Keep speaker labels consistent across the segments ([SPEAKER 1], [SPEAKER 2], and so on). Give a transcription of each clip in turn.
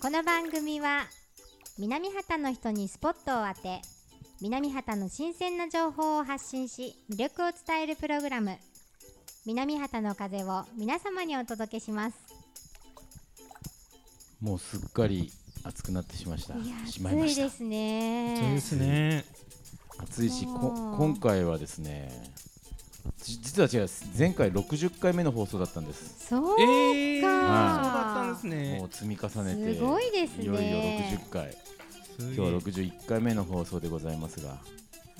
[SPEAKER 1] この番組は南畑の人にスポットを当て南畑の新鮮な情報を発信し魅力を伝えるプログラム南畑の風を皆様にお届けします
[SPEAKER 2] もうすっかり暑くなってしました。
[SPEAKER 1] いや
[SPEAKER 2] しまいま
[SPEAKER 1] 暑い
[SPEAKER 2] した
[SPEAKER 1] ですね
[SPEAKER 3] そうですね。
[SPEAKER 2] 暑いし、こ
[SPEAKER 1] もう
[SPEAKER 2] 今回はですね、じ実は違うです。前回60回目の放送だったんです。
[SPEAKER 1] そう
[SPEAKER 3] え
[SPEAKER 1] か、
[SPEAKER 3] ー、そうだったんです
[SPEAKER 2] も
[SPEAKER 3] ね
[SPEAKER 2] う。積み重ねて、
[SPEAKER 1] すごいですね
[SPEAKER 2] よいよ60回。
[SPEAKER 3] す
[SPEAKER 2] 今日
[SPEAKER 3] げえ
[SPEAKER 2] は61回目の放送でございますが、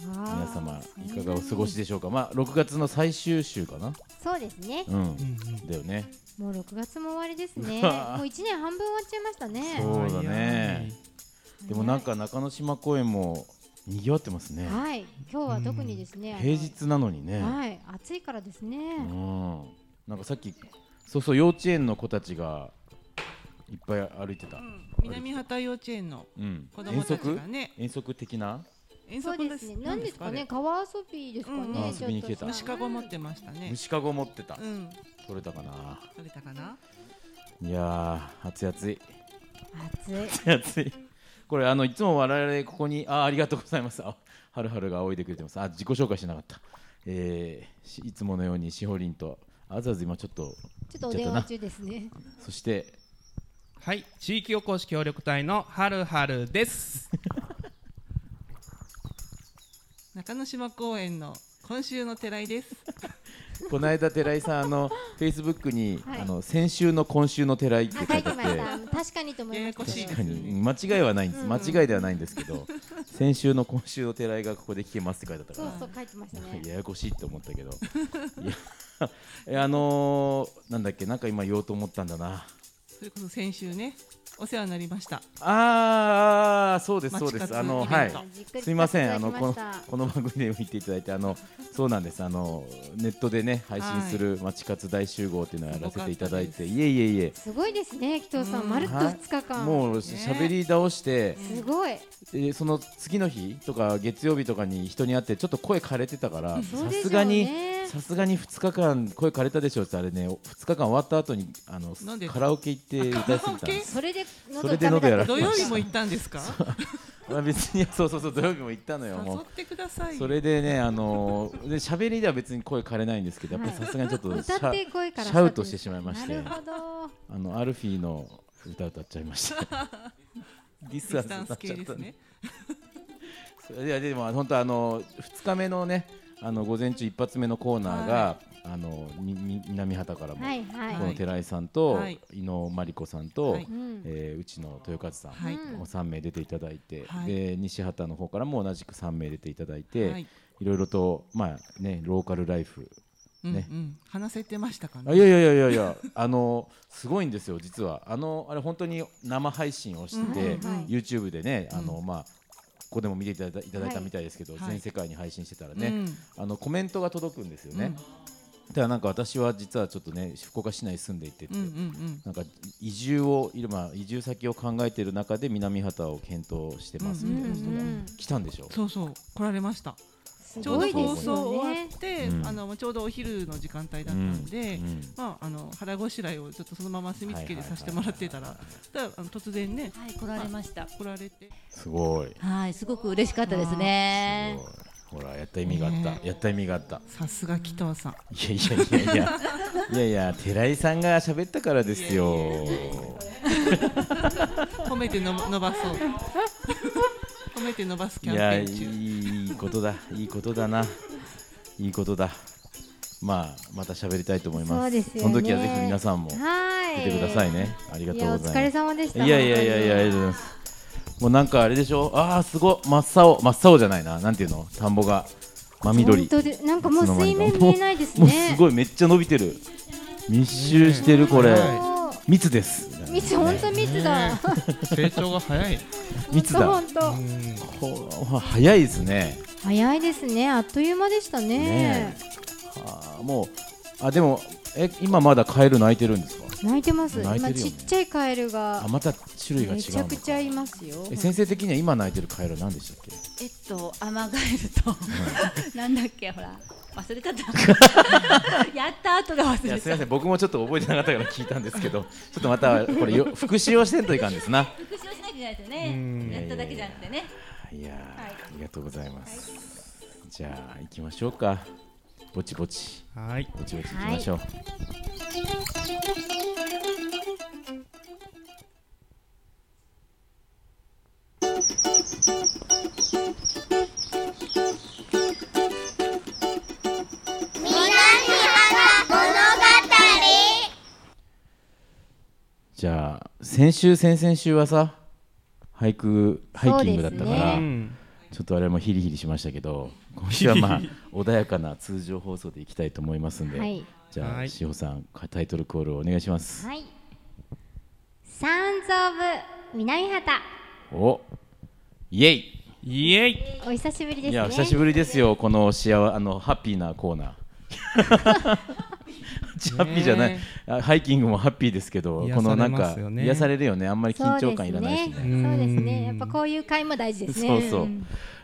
[SPEAKER 1] あー
[SPEAKER 2] 皆様いかがお過ごしでしょうか。まあ6月の最終週かな。
[SPEAKER 1] そうですね
[SPEAKER 2] う
[SPEAKER 3] うん
[SPEAKER 2] ん。
[SPEAKER 3] うん
[SPEAKER 2] だよね。
[SPEAKER 1] もう6月も終わりですね
[SPEAKER 2] うわー
[SPEAKER 1] もう1年半分終わっちゃいましたね
[SPEAKER 2] そうだね
[SPEAKER 1] 早い
[SPEAKER 2] でもなんか中之島公園も賑わってますね。
[SPEAKER 1] はい今日は特にですね、あの
[SPEAKER 2] 平日なのにね。
[SPEAKER 1] はい暑いからですね、
[SPEAKER 2] うん、なんかさっきそうそう幼稚園の子たちがいっぱい歩いてた、
[SPEAKER 4] うん南畑幼稚園の
[SPEAKER 2] うん
[SPEAKER 4] 子
[SPEAKER 2] 遠
[SPEAKER 4] 供たち
[SPEAKER 2] 足
[SPEAKER 4] がね
[SPEAKER 2] 遠足的な
[SPEAKER 4] 遠
[SPEAKER 1] そう
[SPEAKER 4] 足
[SPEAKER 1] で
[SPEAKER 4] ですす
[SPEAKER 1] ね。なんですかね、川遊びですかね。
[SPEAKER 4] うん
[SPEAKER 1] ちょっと
[SPEAKER 2] 遊びに来てた
[SPEAKER 4] 虫かご持ってましたね
[SPEAKER 2] 虫かご持ってた、
[SPEAKER 4] うん
[SPEAKER 2] 取れたかな
[SPEAKER 4] 取れたかない
[SPEAKER 2] やー暑い暑い
[SPEAKER 1] 暑い。
[SPEAKER 2] 暑いこれあのいつも我々ここにあーありがとうございますあはるはるが仰いでくれてますあ自己紹介してなかったえーしいつものようにしほりんとあずあず今ちょっと
[SPEAKER 1] ちょっとお電話中ですね。
[SPEAKER 2] そして
[SPEAKER 3] はい、地域おこし協力隊のはるはるです。
[SPEAKER 4] 中之島公園の今週の寺井です
[SPEAKER 2] この間寺井さんあのフェイスブックに、
[SPEAKER 1] はい
[SPEAKER 2] あの先週の今週の寺井って書
[SPEAKER 1] あ、書
[SPEAKER 2] いてあ
[SPEAKER 1] い
[SPEAKER 2] って
[SPEAKER 1] てました。確かにと思いました
[SPEAKER 4] ややこしい
[SPEAKER 1] け
[SPEAKER 2] 確
[SPEAKER 1] ど。
[SPEAKER 2] かに間違いはないんです、
[SPEAKER 1] うん
[SPEAKER 2] 間違いではないんですけど先週の今週の寺井がここで聞けますって書いてあったか
[SPEAKER 1] そうそ
[SPEAKER 2] ら
[SPEAKER 1] う書いてました
[SPEAKER 2] なん
[SPEAKER 1] ね
[SPEAKER 2] か。ややこしいって思ったけどいやえあのー、なんだっけなんか今言おうと思ったんだな
[SPEAKER 4] それこそ先週ねお世話になりました
[SPEAKER 2] あーそうですそうで
[SPEAKER 4] 街
[SPEAKER 2] す
[SPEAKER 4] 活
[SPEAKER 2] あの
[SPEAKER 4] イベ
[SPEAKER 2] は
[SPEAKER 4] ン
[SPEAKER 2] い
[SPEAKER 4] ト
[SPEAKER 1] じっくり
[SPEAKER 2] すいません
[SPEAKER 1] 聞
[SPEAKER 2] あ
[SPEAKER 1] かせて
[SPEAKER 2] の
[SPEAKER 1] いただ
[SPEAKER 2] この
[SPEAKER 1] きました
[SPEAKER 2] この番組でも言っていただいてあのそうなんですあのネットでね配信する「街活大集合」っていうのをやらせていただいて、
[SPEAKER 4] すごかったです
[SPEAKER 2] いえいえいえ
[SPEAKER 1] すごいですね、紀藤さ。
[SPEAKER 4] うんん
[SPEAKER 1] まるっと
[SPEAKER 2] はい
[SPEAKER 1] 2日間。
[SPEAKER 2] もう喋り倒して、
[SPEAKER 1] すごい。
[SPEAKER 2] でその次の日とか月曜日とかに人に会ってちょっと声枯れてたから
[SPEAKER 1] そう
[SPEAKER 2] さ
[SPEAKER 1] でしょうね
[SPEAKER 2] すがにさすがに2日間声枯れたでしょってあれね2日間終わった後にあの
[SPEAKER 4] なんで
[SPEAKER 2] カラオケ行って歌いすぎたんです
[SPEAKER 1] それで
[SPEAKER 2] そ
[SPEAKER 1] 喉
[SPEAKER 2] れで
[SPEAKER 1] ダメ
[SPEAKER 2] 喉や
[SPEAKER 1] だ
[SPEAKER 2] ら
[SPEAKER 1] っ
[SPEAKER 2] れ
[SPEAKER 1] た。
[SPEAKER 4] 土曜日も行ったんですか
[SPEAKER 2] あ別に そうそうそう土曜日も行ったのよ
[SPEAKER 4] 誘
[SPEAKER 2] も
[SPEAKER 4] っ
[SPEAKER 2] う
[SPEAKER 4] てください
[SPEAKER 2] それでねあので喋りでは別に声枯れないんですけどやっぱりさすがにちょっとシ
[SPEAKER 1] 歌っ
[SPEAKER 2] ャ
[SPEAKER 1] て声から
[SPEAKER 2] シャウトしてしまいまして
[SPEAKER 1] なるほど。
[SPEAKER 2] あのアルフィーの歌歌っちゃいましたディ
[SPEAKER 4] デ
[SPEAKER 2] スアン
[SPEAKER 4] ィ
[SPEAKER 2] ス
[SPEAKER 4] ス
[SPEAKER 2] に
[SPEAKER 4] タ
[SPEAKER 2] な
[SPEAKER 4] ン
[SPEAKER 2] っちゃっ
[SPEAKER 4] ス系で
[SPEAKER 2] た
[SPEAKER 4] す
[SPEAKER 2] んで
[SPEAKER 4] ね
[SPEAKER 2] いやでも本当あの2日目のねあの午前中一発目のコーナーが、あのみみ南畑からも、
[SPEAKER 1] はいは
[SPEAKER 2] こ
[SPEAKER 1] い。、
[SPEAKER 2] の寺井さんと、
[SPEAKER 4] はい
[SPEAKER 2] 伊野真理子さんと、
[SPEAKER 4] はいう
[SPEAKER 1] ん。
[SPEAKER 2] えーうちの豊和さん、
[SPEAKER 4] はいう
[SPEAKER 2] お3名出ていただいて、
[SPEAKER 4] はい
[SPEAKER 2] で西畑の方からも同じく3名出ていただいて、
[SPEAKER 4] はいい、
[SPEAKER 2] ろいろとまあねローカルライフ
[SPEAKER 4] うんう
[SPEAKER 2] ね
[SPEAKER 4] ん話せてましたか
[SPEAKER 2] あ
[SPEAKER 4] ね
[SPEAKER 2] いやいやいやいやいやあのすごいんですよ実はあのあれ本当に生配信をして、
[SPEAKER 4] うん
[SPEAKER 1] はいはい
[SPEAKER 2] YouTube でねあの、
[SPEAKER 4] う
[SPEAKER 2] まあここでも見ていただいたいただいたみたいですけど、
[SPEAKER 4] はい
[SPEAKER 2] 全世界に配信してたら
[SPEAKER 4] う
[SPEAKER 2] ね、
[SPEAKER 4] ん
[SPEAKER 2] あのコメントが届くんですよね。ただなんか私は実はちょっとね福岡市内に住んでいてて、
[SPEAKER 4] うんうんうん
[SPEAKER 2] なんか移住を今移住先を考えている中で南畑を検討してます
[SPEAKER 1] う
[SPEAKER 2] み
[SPEAKER 1] ん
[SPEAKER 2] たいな人が
[SPEAKER 1] うん。
[SPEAKER 2] 来たんでしょ。
[SPEAKER 4] そうそう来られました
[SPEAKER 1] す
[SPEAKER 4] ちょう
[SPEAKER 1] ご
[SPEAKER 4] ど
[SPEAKER 1] いで
[SPEAKER 4] 放
[SPEAKER 1] す
[SPEAKER 4] 送
[SPEAKER 1] よ
[SPEAKER 4] 終わ
[SPEAKER 1] ね
[SPEAKER 4] っ。て、
[SPEAKER 2] うん
[SPEAKER 4] あのちょうどお昼の時間帯だったんで、
[SPEAKER 2] うん
[SPEAKER 4] まああの腹ごしらえをちょっとそのまま墨付けで
[SPEAKER 2] はいはいはい
[SPEAKER 4] させてもらってたら、だからあの突然ね
[SPEAKER 5] はい、来られました。
[SPEAKER 4] 来られて、
[SPEAKER 2] すごい。す
[SPEAKER 5] はい、すごく嬉しかったですね。
[SPEAKER 2] ごいほらやった意味があった、
[SPEAKER 4] ね
[SPEAKER 2] やった意味があった。
[SPEAKER 4] さすが紀藤さ ん。
[SPEAKER 2] いやいやいやいやいやいや寺井さんが喋ったからですよ。
[SPEAKER 4] 褒めての伸ばそう。 褒めて伸ばすキ
[SPEAKER 2] い
[SPEAKER 4] ャン
[SPEAKER 2] や
[SPEAKER 4] ペーン中。
[SPEAKER 2] いいことだいいことだないいことだ。まあまた喋りたいと思います。
[SPEAKER 1] そうですよね
[SPEAKER 2] その時はぜひ皆さんも
[SPEAKER 1] はい。
[SPEAKER 2] 出てくださいね。ありが
[SPEAKER 1] い
[SPEAKER 2] とう
[SPEAKER 1] や、
[SPEAKER 2] ご
[SPEAKER 1] お
[SPEAKER 2] ざいます。
[SPEAKER 1] 疲れ様でした。
[SPEAKER 2] いやいやいやいやありがとうございますもうなんかあれでしょああすごい真っ青真っ青じゃないななんていうの田んぼが真緑
[SPEAKER 1] 本当でなんかもう
[SPEAKER 2] いつの間
[SPEAKER 1] 水
[SPEAKER 2] にか
[SPEAKER 1] 面見えないです
[SPEAKER 2] もう
[SPEAKER 1] ね。
[SPEAKER 2] すごいめっちゃ伸びてる密集してるこれ
[SPEAKER 1] も
[SPEAKER 2] 密です
[SPEAKER 1] う密本当密だ。
[SPEAKER 3] 成長が早い。
[SPEAKER 2] 密だ
[SPEAKER 1] 本当本
[SPEAKER 3] うん
[SPEAKER 2] こう早いですね
[SPEAKER 1] 当早いですね。あっという間でしたね。
[SPEAKER 2] ねあーもうあでもえ今まだカエル鳴いてるんですか
[SPEAKER 1] 泣いてます
[SPEAKER 2] 泣いて
[SPEAKER 1] 今
[SPEAKER 2] るよ
[SPEAKER 1] ち
[SPEAKER 2] ね
[SPEAKER 1] っちゃいカエルが
[SPEAKER 2] あまた種類が
[SPEAKER 1] め
[SPEAKER 2] 違うの
[SPEAKER 1] ちゃくちゃい
[SPEAKER 2] か
[SPEAKER 1] ますよ
[SPEAKER 2] え先生的には今泣いてるカエルは何でしたっけ
[SPEAKER 5] えっと、アマガエルと、なんだっけ、ほら、忘れちゃった。やった後が
[SPEAKER 2] い
[SPEAKER 5] 忘
[SPEAKER 2] や
[SPEAKER 5] れ
[SPEAKER 2] すみ
[SPEAKER 5] ちゃ
[SPEAKER 2] ま
[SPEAKER 5] っ
[SPEAKER 2] せ
[SPEAKER 5] た。
[SPEAKER 2] ん僕もちょっと覚えてなかったから聞いたんです けどちょっとまたこれよ復習をしてんといかんですな
[SPEAKER 5] 復習しなきゃいけないですよ
[SPEAKER 3] うん
[SPEAKER 5] ね。やっただけじゃなくてね。
[SPEAKER 2] いやー、ありがとうございます、じゃあ行きましょうかぼちぼち
[SPEAKER 3] はい
[SPEAKER 2] ぼちぼち行きましょう、じゃあ先週先々週はさ俳句ハイキングだったか
[SPEAKER 1] そう
[SPEAKER 2] ら、
[SPEAKER 1] です
[SPEAKER 3] うん
[SPEAKER 2] ちょっとあれもヒリヒリしましたけど今週はまあ穏やかな通常放送でいきたいと思いますんで、
[SPEAKER 1] はい
[SPEAKER 2] じゃ
[SPEAKER 3] は
[SPEAKER 2] あ
[SPEAKER 3] い
[SPEAKER 2] 志保さんタイトルコールをお願いします、
[SPEAKER 1] はいサウンズ・オブ南畑
[SPEAKER 2] おイエイ
[SPEAKER 3] イエイ
[SPEAKER 1] お久しぶりですね
[SPEAKER 2] いや久しぶりですよこの幸あのハッピーなコーナー ハッピーじゃない、
[SPEAKER 3] ね
[SPEAKER 2] あハイキングもハッピーですけど
[SPEAKER 3] 癒
[SPEAKER 2] この
[SPEAKER 3] さ
[SPEAKER 2] な
[SPEAKER 3] れ
[SPEAKER 2] ん
[SPEAKER 3] ま
[SPEAKER 2] か
[SPEAKER 3] すよね
[SPEAKER 2] 癒されるよねあんまり緊
[SPEAKER 1] そうです
[SPEAKER 2] 張感いらないしね
[SPEAKER 3] ね
[SPEAKER 1] そうですねや
[SPEAKER 3] う
[SPEAKER 1] っ
[SPEAKER 3] ん
[SPEAKER 1] ぱこういう会も大事ですね
[SPEAKER 2] そうそう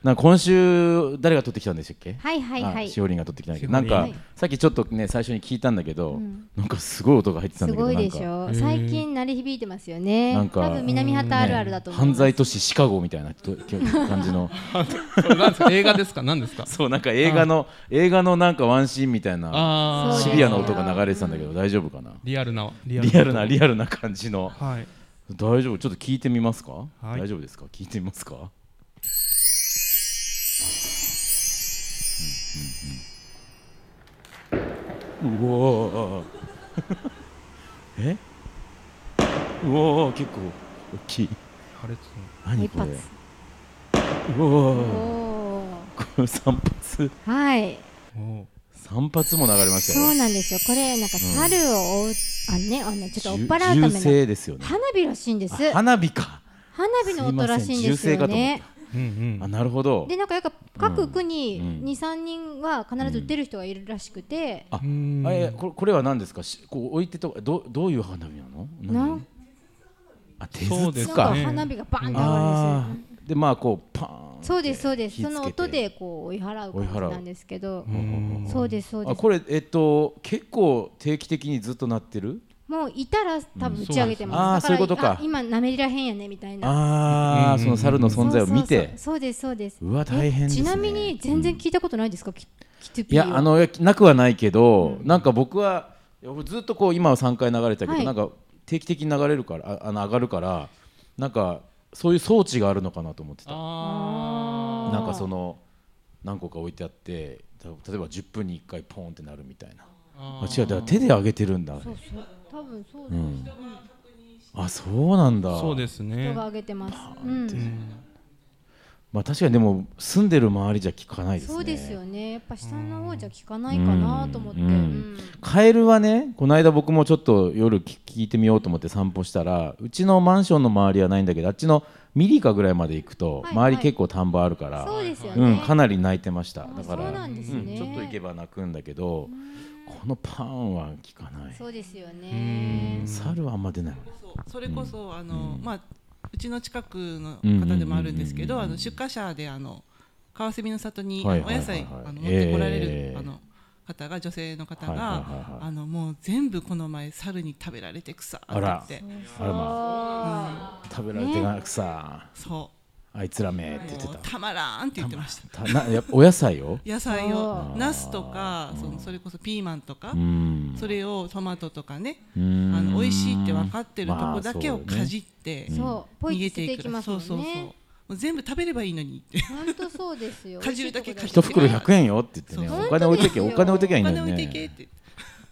[SPEAKER 2] なんか今週誰が取ってきたんでしたっけ
[SPEAKER 1] はいはいは
[SPEAKER 2] あ
[SPEAKER 1] い
[SPEAKER 2] しおりんが取ってきたんだけど
[SPEAKER 3] しお
[SPEAKER 2] な
[SPEAKER 3] り
[SPEAKER 2] ん
[SPEAKER 3] ん
[SPEAKER 2] か、
[SPEAKER 1] はい
[SPEAKER 2] さっきちょっとね最初に聞いたんだけど、
[SPEAKER 1] ん
[SPEAKER 2] なんかすごい音が入ってた
[SPEAKER 1] す
[SPEAKER 2] んだけど
[SPEAKER 1] ごいでし
[SPEAKER 2] なんか
[SPEAKER 1] ょ
[SPEAKER 3] んか
[SPEAKER 1] 最近鳴り響いてますよね
[SPEAKER 2] なんか
[SPEAKER 1] 多分南畑あるあるだと思い
[SPEAKER 2] 犯
[SPEAKER 1] ます
[SPEAKER 2] 罪都市シカゴみたいなと感 じの
[SPEAKER 3] それなんですか映画ですか何ですか
[SPEAKER 2] そうなんか映画の映画のなんかワンシーンみたいな
[SPEAKER 3] あ
[SPEAKER 1] そう
[SPEAKER 2] シ
[SPEAKER 1] です
[SPEAKER 2] ビアな音が流れてたんだけど大丈夫かな
[SPEAKER 3] リアルなリ
[SPEAKER 2] リアルなリアルな感じの
[SPEAKER 3] はい
[SPEAKER 2] 大丈夫ちょっと聞いてみますか、
[SPEAKER 3] はい
[SPEAKER 2] 大丈夫ですか聞いてみますか、うんうんうんうおーえうおー結構大きい
[SPEAKER 3] あれちょ
[SPEAKER 2] 何
[SPEAKER 1] 一
[SPEAKER 2] これ
[SPEAKER 1] 発
[SPEAKER 2] うお
[SPEAKER 1] お
[SPEAKER 2] ー
[SPEAKER 1] お
[SPEAKER 2] これ三発
[SPEAKER 1] ーはい
[SPEAKER 3] っとおう
[SPEAKER 2] 三発も流れました
[SPEAKER 1] そ
[SPEAKER 2] よ
[SPEAKER 1] うなんですよこれなんか猿を追う、あねあのちょっと追っ払
[SPEAKER 2] 銃
[SPEAKER 1] うための
[SPEAKER 2] 声ですよね
[SPEAKER 1] 花火らしいんです
[SPEAKER 2] あ花火か
[SPEAKER 1] 花火の音らしいんです
[SPEAKER 2] すい
[SPEAKER 1] よ
[SPEAKER 2] ません銃声
[SPEAKER 1] ね
[SPEAKER 2] か
[SPEAKER 3] うんうん
[SPEAKER 2] あなるほど
[SPEAKER 1] でなんかやっぱ各区
[SPEAKER 2] うん
[SPEAKER 1] に23、人は必ず出る人がいるらしくて、
[SPEAKER 2] あ
[SPEAKER 3] うん
[SPEAKER 2] あえこれこれは何ですかしこう置いてとどどういう花火なの何
[SPEAKER 1] なん
[SPEAKER 2] あ手
[SPEAKER 3] そう
[SPEAKER 2] 筒
[SPEAKER 3] です
[SPEAKER 1] なんか
[SPEAKER 2] か
[SPEAKER 3] ね
[SPEAKER 1] 花火がバーンって上がる
[SPEAKER 2] あ
[SPEAKER 1] んですよ
[SPEAKER 2] ーでまあこうパーンって
[SPEAKER 1] そうですそうです
[SPEAKER 2] 火つ
[SPEAKER 1] そ
[SPEAKER 2] けて
[SPEAKER 1] の音でこう追い払う感じなんですけど
[SPEAKER 3] うん
[SPEAKER 1] そうですそうで
[SPEAKER 2] あ
[SPEAKER 1] す
[SPEAKER 2] これえっと結構定期的にずっと鳴ってる
[SPEAKER 1] もういたら多分打ち上げて
[SPEAKER 2] うん
[SPEAKER 1] ます、
[SPEAKER 2] そうです
[SPEAKER 1] だから
[SPEAKER 2] あ
[SPEAKER 1] あ
[SPEAKER 2] ーそういうことか
[SPEAKER 1] 今なめりらへんやねみたいな
[SPEAKER 2] ああ
[SPEAKER 3] うん
[SPEAKER 2] その猿の存在を見
[SPEAKER 1] そうそうそう
[SPEAKER 2] て
[SPEAKER 1] そうですそうです
[SPEAKER 2] うわ大変ですね
[SPEAKER 1] えちなみに全然聞いたことないですか、きキツ
[SPEAKER 2] い
[SPEAKER 1] ピーは
[SPEAKER 2] やあのいやなくはないけどなんか僕はいや俺ずっとこう今は3回流れてた
[SPEAKER 1] は
[SPEAKER 2] け
[SPEAKER 1] い
[SPEAKER 2] どなんか定期的に流れるからああの上がるからなんかそういう装置があるのかなと思ってた
[SPEAKER 3] あ
[SPEAKER 2] なんかその何個か置いてあってた例えば10分に1回ポンってなるみたいなあ違うだから手で上げてるんだ
[SPEAKER 1] そうそう多分そう
[SPEAKER 2] う
[SPEAKER 1] です、
[SPEAKER 2] んあそうなんだ
[SPEAKER 3] ーそうです
[SPEAKER 1] 人
[SPEAKER 3] ね
[SPEAKER 1] が上げてます、うん
[SPEAKER 2] まあ確かにでも住んでる周りじゃ聞かないですね
[SPEAKER 1] そうですよねやっぱ下の方じゃ聞かないかなと思って、
[SPEAKER 2] う
[SPEAKER 1] うんん
[SPEAKER 2] うんカエルはねこの間僕もちょっと夜聞聞いてみようと思って散歩したらうちのマンションの周りはないんだけどあっちのミリかぐらいまで行く
[SPEAKER 1] は
[SPEAKER 2] と、
[SPEAKER 1] いはい
[SPEAKER 2] 周り結構田んぼあるから
[SPEAKER 1] そうですよね、
[SPEAKER 2] うん、かなり泣いてました
[SPEAKER 1] あ
[SPEAKER 2] だから
[SPEAKER 1] そうなんですね
[SPEAKER 2] うんちょっと行けば泣くんだけどこのパンは聞かない
[SPEAKER 1] そうですよね
[SPEAKER 2] 猿はあんま出ない
[SPEAKER 4] そうそれこそあの、まあうちの近くの
[SPEAKER 2] うん
[SPEAKER 4] 方でもあるんですけ
[SPEAKER 2] うん
[SPEAKER 4] ど、
[SPEAKER 2] うん
[SPEAKER 4] あ
[SPEAKER 2] うん
[SPEAKER 4] の出荷者であの川蝉の里に、
[SPEAKER 2] はいはいはいはい
[SPEAKER 4] お野菜あの持っ
[SPEAKER 2] ええ
[SPEAKER 4] てこられる、あの方が女性の方が、
[SPEAKER 2] はいはいはいはい
[SPEAKER 4] あのもう全部この前猿に食べられて草って
[SPEAKER 2] あ
[SPEAKER 4] 言
[SPEAKER 2] ら
[SPEAKER 4] って
[SPEAKER 2] あらま
[SPEAKER 1] あ
[SPEAKER 2] あ食べられてなくさ
[SPEAKER 4] そ
[SPEAKER 2] あいつらめっ
[SPEAKER 4] う
[SPEAKER 2] て言って
[SPEAKER 4] もう
[SPEAKER 2] た
[SPEAKER 4] たまらんって言ってまし
[SPEAKER 2] た
[SPEAKER 4] た
[SPEAKER 2] なやお野菜を
[SPEAKER 4] 野菜
[SPEAKER 1] そ
[SPEAKER 4] をナスとかそのそれこそピーマンとか、
[SPEAKER 2] うん
[SPEAKER 4] それをトマトとかね、
[SPEAKER 2] うん
[SPEAKER 4] あの美味しいって分かってると
[SPEAKER 2] ま
[SPEAKER 4] こ
[SPEAKER 2] あ
[SPEAKER 4] だけを
[SPEAKER 2] そうね
[SPEAKER 4] かじって
[SPEAKER 1] ーそうポイ
[SPEAKER 4] 逃
[SPEAKER 1] って捨
[SPEAKER 4] げて
[SPEAKER 1] て
[SPEAKER 4] い
[SPEAKER 1] い
[SPEAKER 4] く
[SPEAKER 1] きます
[SPEAKER 4] そ
[SPEAKER 1] も
[SPEAKER 4] うんそうそうも
[SPEAKER 1] ね
[SPEAKER 4] う全部食べればいいのにって
[SPEAKER 1] 本当そうです よ
[SPEAKER 4] かじるだけかじ
[SPEAKER 2] 一袋100円よって言ってね
[SPEAKER 4] そう
[SPEAKER 2] お金置いてけお
[SPEAKER 1] 本当ですよ
[SPEAKER 2] 金置いてけばい
[SPEAKER 4] お
[SPEAKER 2] いの
[SPEAKER 4] 金置
[SPEAKER 2] に
[SPEAKER 4] いてい
[SPEAKER 2] ね
[SPEAKER 4] けって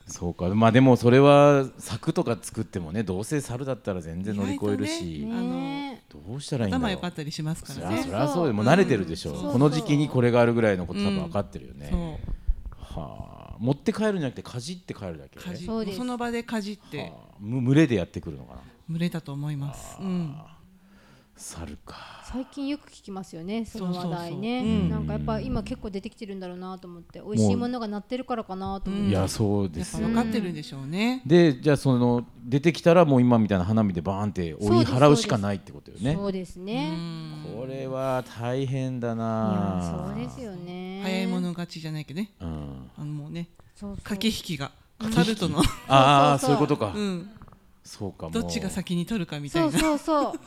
[SPEAKER 2] そうかまあでもそれは柵とか作ってもねどうせ猿だったら全然乗り越える
[SPEAKER 4] 意
[SPEAKER 2] し、
[SPEAKER 4] 外と
[SPEAKER 1] ね
[SPEAKER 2] どうしたらいいんだ
[SPEAKER 4] 頭
[SPEAKER 2] ろ
[SPEAKER 4] 良か
[SPEAKER 2] う
[SPEAKER 4] ったりしますか
[SPEAKER 2] そり
[SPEAKER 4] ら
[SPEAKER 2] ゃ
[SPEAKER 4] ね
[SPEAKER 2] そりゃそうでもう慣れてるでしょ、
[SPEAKER 1] そうそう
[SPEAKER 2] この時期にこれがあるぐらいのこと多分分かってるよね、
[SPEAKER 4] そ
[SPEAKER 2] はあ持って帰るんじゃなくてかじって帰るだけ
[SPEAKER 4] うかじ
[SPEAKER 1] そう
[SPEAKER 4] も
[SPEAKER 1] で
[SPEAKER 4] う
[SPEAKER 1] す
[SPEAKER 4] その場でかじって
[SPEAKER 2] はあむ群れでやってくるのかな
[SPEAKER 4] 群れたと思いますうん
[SPEAKER 2] 猿か
[SPEAKER 6] 最近よく聞きますよねその話題ね
[SPEAKER 4] そうそうそううん
[SPEAKER 6] なんかやっぱ今結構出てきてるんだろうなと思って美味しいものがなってるからかなと思って
[SPEAKER 2] いやそうで
[SPEAKER 4] やっぱ
[SPEAKER 2] すよ
[SPEAKER 4] 分かってるんでしょうね。
[SPEAKER 2] でじゃあその出てきたらもう今みたいな花火でバーンって追い払うしかないってことよね
[SPEAKER 6] そうです
[SPEAKER 4] う
[SPEAKER 6] ね
[SPEAKER 4] ん
[SPEAKER 2] これは大変だ
[SPEAKER 6] いや
[SPEAKER 2] な
[SPEAKER 6] そうですよね
[SPEAKER 4] 早い者勝ちじゃないけどね。
[SPEAKER 2] うん
[SPEAKER 4] あのもうね
[SPEAKER 6] そうそう
[SPEAKER 4] 駆け引きが猿との、
[SPEAKER 2] ああ
[SPEAKER 6] そ
[SPEAKER 2] そうう
[SPEAKER 6] そ
[SPEAKER 2] いう
[SPEAKER 6] そう
[SPEAKER 2] うことか、
[SPEAKER 4] うん、
[SPEAKER 2] そうかもう
[SPEAKER 4] どっちが先に取るかみたい
[SPEAKER 6] そ
[SPEAKER 4] な。
[SPEAKER 6] うそうそ う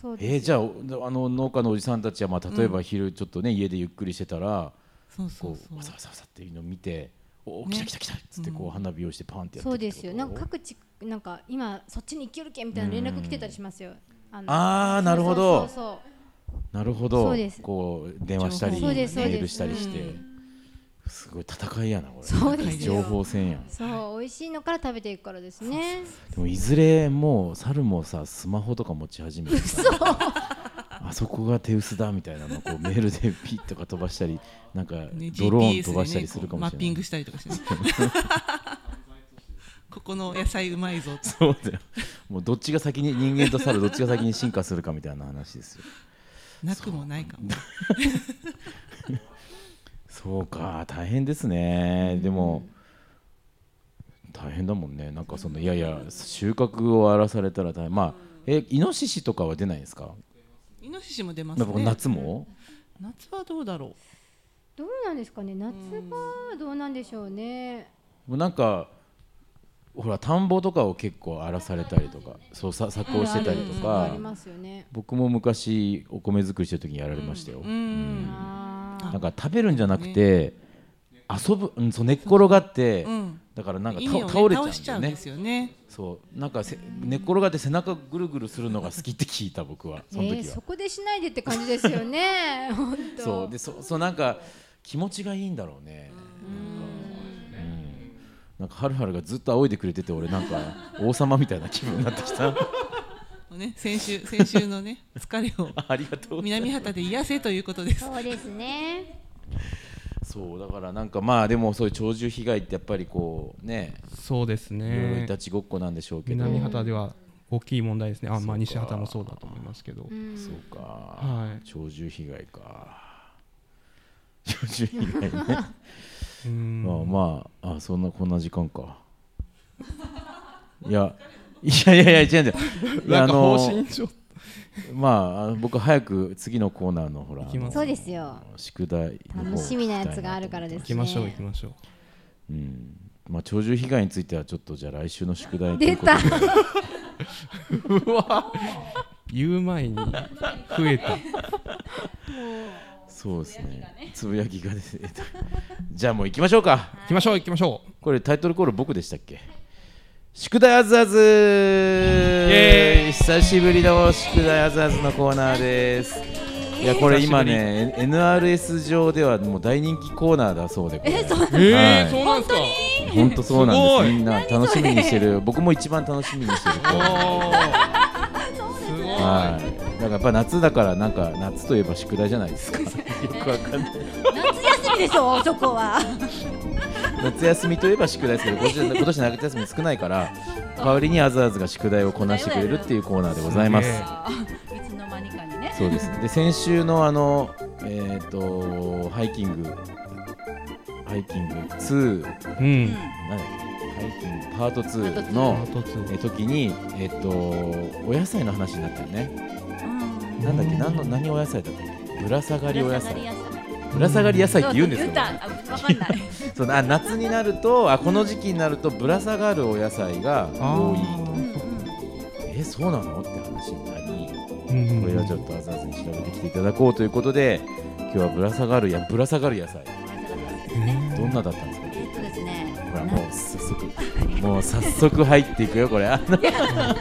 [SPEAKER 6] そう
[SPEAKER 2] えー、
[SPEAKER 6] です
[SPEAKER 2] じゃあおあの農家のおじさんたちは、まあ、例えば昼ちょっとね、家でゆっくりしてたら
[SPEAKER 4] そうそ
[SPEAKER 2] こ
[SPEAKER 4] う
[SPEAKER 2] う
[SPEAKER 4] そう
[SPEAKER 2] わさわさわさっていうのを見ておお
[SPEAKER 4] ね
[SPEAKER 2] 来た来た来たっつってこう、
[SPEAKER 4] うん
[SPEAKER 2] 花火をしてパンってやって
[SPEAKER 6] そう
[SPEAKER 2] るって
[SPEAKER 6] で
[SPEAKER 2] こと
[SPEAKER 6] すよなんか各地なんか今そっちに行けるけみたいな連絡来てたりしますよあの
[SPEAKER 2] あーなるほど
[SPEAKER 6] そうそう
[SPEAKER 2] なるほど
[SPEAKER 6] そうです
[SPEAKER 2] こう電話したりメ
[SPEAKER 4] 情報がね
[SPEAKER 2] ールしたりして、
[SPEAKER 4] う
[SPEAKER 2] すごい戦いやなこれ
[SPEAKER 6] そうですよ
[SPEAKER 2] 情報戦やん
[SPEAKER 6] そうそう美味しいのから食べていくからですね
[SPEAKER 2] でもいずれもう猿もさスマホとか持ち始め てさあそこが手薄だみたいなのをこうメールでピッとか飛ばしたりなんか
[SPEAKER 4] ね
[SPEAKER 2] ドローン
[SPEAKER 4] GPS
[SPEAKER 2] 飛ばしたりするかもし
[SPEAKER 4] でねこうマッ
[SPEAKER 2] れ
[SPEAKER 4] ピン
[SPEAKER 2] な
[SPEAKER 4] グ
[SPEAKER 2] い。
[SPEAKER 4] したりとかしてねここの野菜うまいぞって
[SPEAKER 2] そうだよもうどっちが先に人間と猿どっちが先に進化するかみたいな話ですよ
[SPEAKER 4] なくもないかも
[SPEAKER 2] そうか大変ですね、でも大変だもんねなんかそのいやいや収穫を荒らされたら大変まあえイノシシとかは出ないんですか、
[SPEAKER 4] イノシシも出ます
[SPEAKER 2] なんか
[SPEAKER 4] ね
[SPEAKER 2] 夏
[SPEAKER 4] 夏
[SPEAKER 2] も
[SPEAKER 4] はどうだろ
[SPEAKER 6] どうなんですかね夏場はどうなんでしょうね
[SPEAKER 2] もうなんかほら田んぼとかを結構荒らされたりとかそうさ作
[SPEAKER 6] あ
[SPEAKER 2] を
[SPEAKER 6] る
[SPEAKER 2] し
[SPEAKER 6] あ
[SPEAKER 2] て
[SPEAKER 6] る
[SPEAKER 2] たりと
[SPEAKER 6] そう
[SPEAKER 2] か
[SPEAKER 6] ありますよね
[SPEAKER 2] 僕も昔お米作りしてる時にやられましたよ、
[SPEAKER 4] ううん
[SPEAKER 6] あ
[SPEAKER 2] なんか食べるんじゃなくて、遊ぶ、うん、そう寝っ転がって、
[SPEAKER 4] うん
[SPEAKER 2] だからなんか
[SPEAKER 4] 意
[SPEAKER 2] 倒,、
[SPEAKER 4] 味をね
[SPEAKER 2] 倒れ
[SPEAKER 4] 倒し
[SPEAKER 2] ち
[SPEAKER 4] ち
[SPEAKER 2] ゃ
[SPEAKER 4] ゃ
[SPEAKER 2] う
[SPEAKER 4] うんん
[SPEAKER 2] だよね
[SPEAKER 4] ですよね
[SPEAKER 2] そうなんかせ寝っ転がって背中ぐるぐるするのが好きって聞いた僕は
[SPEAKER 6] ー
[SPEAKER 2] その
[SPEAKER 6] え
[SPEAKER 2] 時
[SPEAKER 6] ー
[SPEAKER 2] は、
[SPEAKER 6] そこでしないでって感じですよね 本当
[SPEAKER 2] そうでそそうなんか気持ちがいいんだろうねなんかうんなんかはるはるがずっと仰いでくれてて俺なん か王様みたいな気分になってきた
[SPEAKER 4] ね先週先週 のね疲れを
[SPEAKER 2] ありがとう
[SPEAKER 4] 南畑で癒せということです
[SPEAKER 1] そうですね。
[SPEAKER 2] そうだからなんかまあでもそういう鳥獣被害ってやっぱりこうね
[SPEAKER 3] そうです
[SPEAKER 2] いろいろい
[SPEAKER 3] ね
[SPEAKER 2] たちごっこなんでしょうけど
[SPEAKER 3] 南畑では大きい問題ですねあまあ
[SPEAKER 2] そうか
[SPEAKER 3] 西畑もそうだと思いますけど
[SPEAKER 2] そうか、
[SPEAKER 3] はい
[SPEAKER 2] 鳥獣被害か鳥獣被害ね
[SPEAKER 3] うん
[SPEAKER 2] まあまああそんなこんな時間かいや いやいやいや違うんだよいや
[SPEAKER 3] な
[SPEAKER 2] あ
[SPEAKER 3] んか
[SPEAKER 2] の
[SPEAKER 3] 方針上
[SPEAKER 2] まああの僕早く次のコーナーのほら
[SPEAKER 3] 行きます
[SPEAKER 1] そうですよ。
[SPEAKER 2] 宿題の方
[SPEAKER 1] 楽しみなやつがあるから
[SPEAKER 2] 聞
[SPEAKER 1] で
[SPEAKER 2] き
[SPEAKER 1] す
[SPEAKER 2] たい
[SPEAKER 1] ね
[SPEAKER 2] な
[SPEAKER 3] 行きましょう行きましょう
[SPEAKER 2] とうんまあ鳥獣被害についてはちょっとじゃあ来週の宿題とい
[SPEAKER 1] 出
[SPEAKER 2] うこと
[SPEAKER 1] た
[SPEAKER 2] で。
[SPEAKER 3] うわ言う前に増えた
[SPEAKER 2] そうですねつぶやきがですねじゃあもう行きましょうか
[SPEAKER 3] 行きましょう行きましょう
[SPEAKER 2] これタイトルコール僕でしたっけ宿題あずあず
[SPEAKER 3] エーイ
[SPEAKER 2] 久しぶりの宿題あずあずのコーナーですいやこれ今ね NRS 上ではもう大人気コーナーだそうでこれ
[SPEAKER 3] え
[SPEAKER 2] は
[SPEAKER 3] ー、
[SPEAKER 2] い
[SPEAKER 3] そうなんですか
[SPEAKER 2] 本当そうなん
[SPEAKER 3] す
[SPEAKER 2] で
[SPEAKER 3] ご
[SPEAKER 2] す
[SPEAKER 3] い
[SPEAKER 2] みんな楽しみにしてる僕も一番楽しみにして るコーナー
[SPEAKER 3] お
[SPEAKER 2] はいだからやっぱ夏だからなんか夏といえば宿題じゃないですかよくわかんない
[SPEAKER 5] 夏休みでしょ、そこは。
[SPEAKER 2] 夏休みといえば宿題ですけど今年今年夏休み少ないから代わりにあずあずが宿題をこなしてくれるっていうコーナーでございます
[SPEAKER 3] すげえ
[SPEAKER 5] いつの間にかにね。
[SPEAKER 2] そう です。で先週のあのえっ、とハイキングハイキング2なんだっけ
[SPEAKER 3] すごいうん
[SPEAKER 2] ハイキングパート
[SPEAKER 5] パート
[SPEAKER 2] 2
[SPEAKER 5] ツー
[SPEAKER 2] の
[SPEAKER 3] あとつ
[SPEAKER 2] えー時にえっ、とお野菜の話になったよね。
[SPEAKER 5] うん。
[SPEAKER 2] なんだっけ何の何お野菜だったっけ？ぶら下がりお野
[SPEAKER 5] ぶ
[SPEAKER 2] 菜。
[SPEAKER 5] ら下がり野
[SPEAKER 2] ぶら下がり野菜って言うんです
[SPEAKER 5] そう
[SPEAKER 2] か？
[SPEAKER 5] そう言った。あわかんない。
[SPEAKER 2] そうあ夏になるとあこの時期になるとぶら下がるお野菜が多い。
[SPEAKER 5] うん
[SPEAKER 2] えそうなのって話になり。
[SPEAKER 3] うん
[SPEAKER 2] これはちょっとあざあざに調べてきていただこうということで今日はぶら下がるやぶら下がる野菜どんなだったんですか
[SPEAKER 5] えっとですね。
[SPEAKER 2] ほらもう早速もう早速入っていくよこれあのじゃ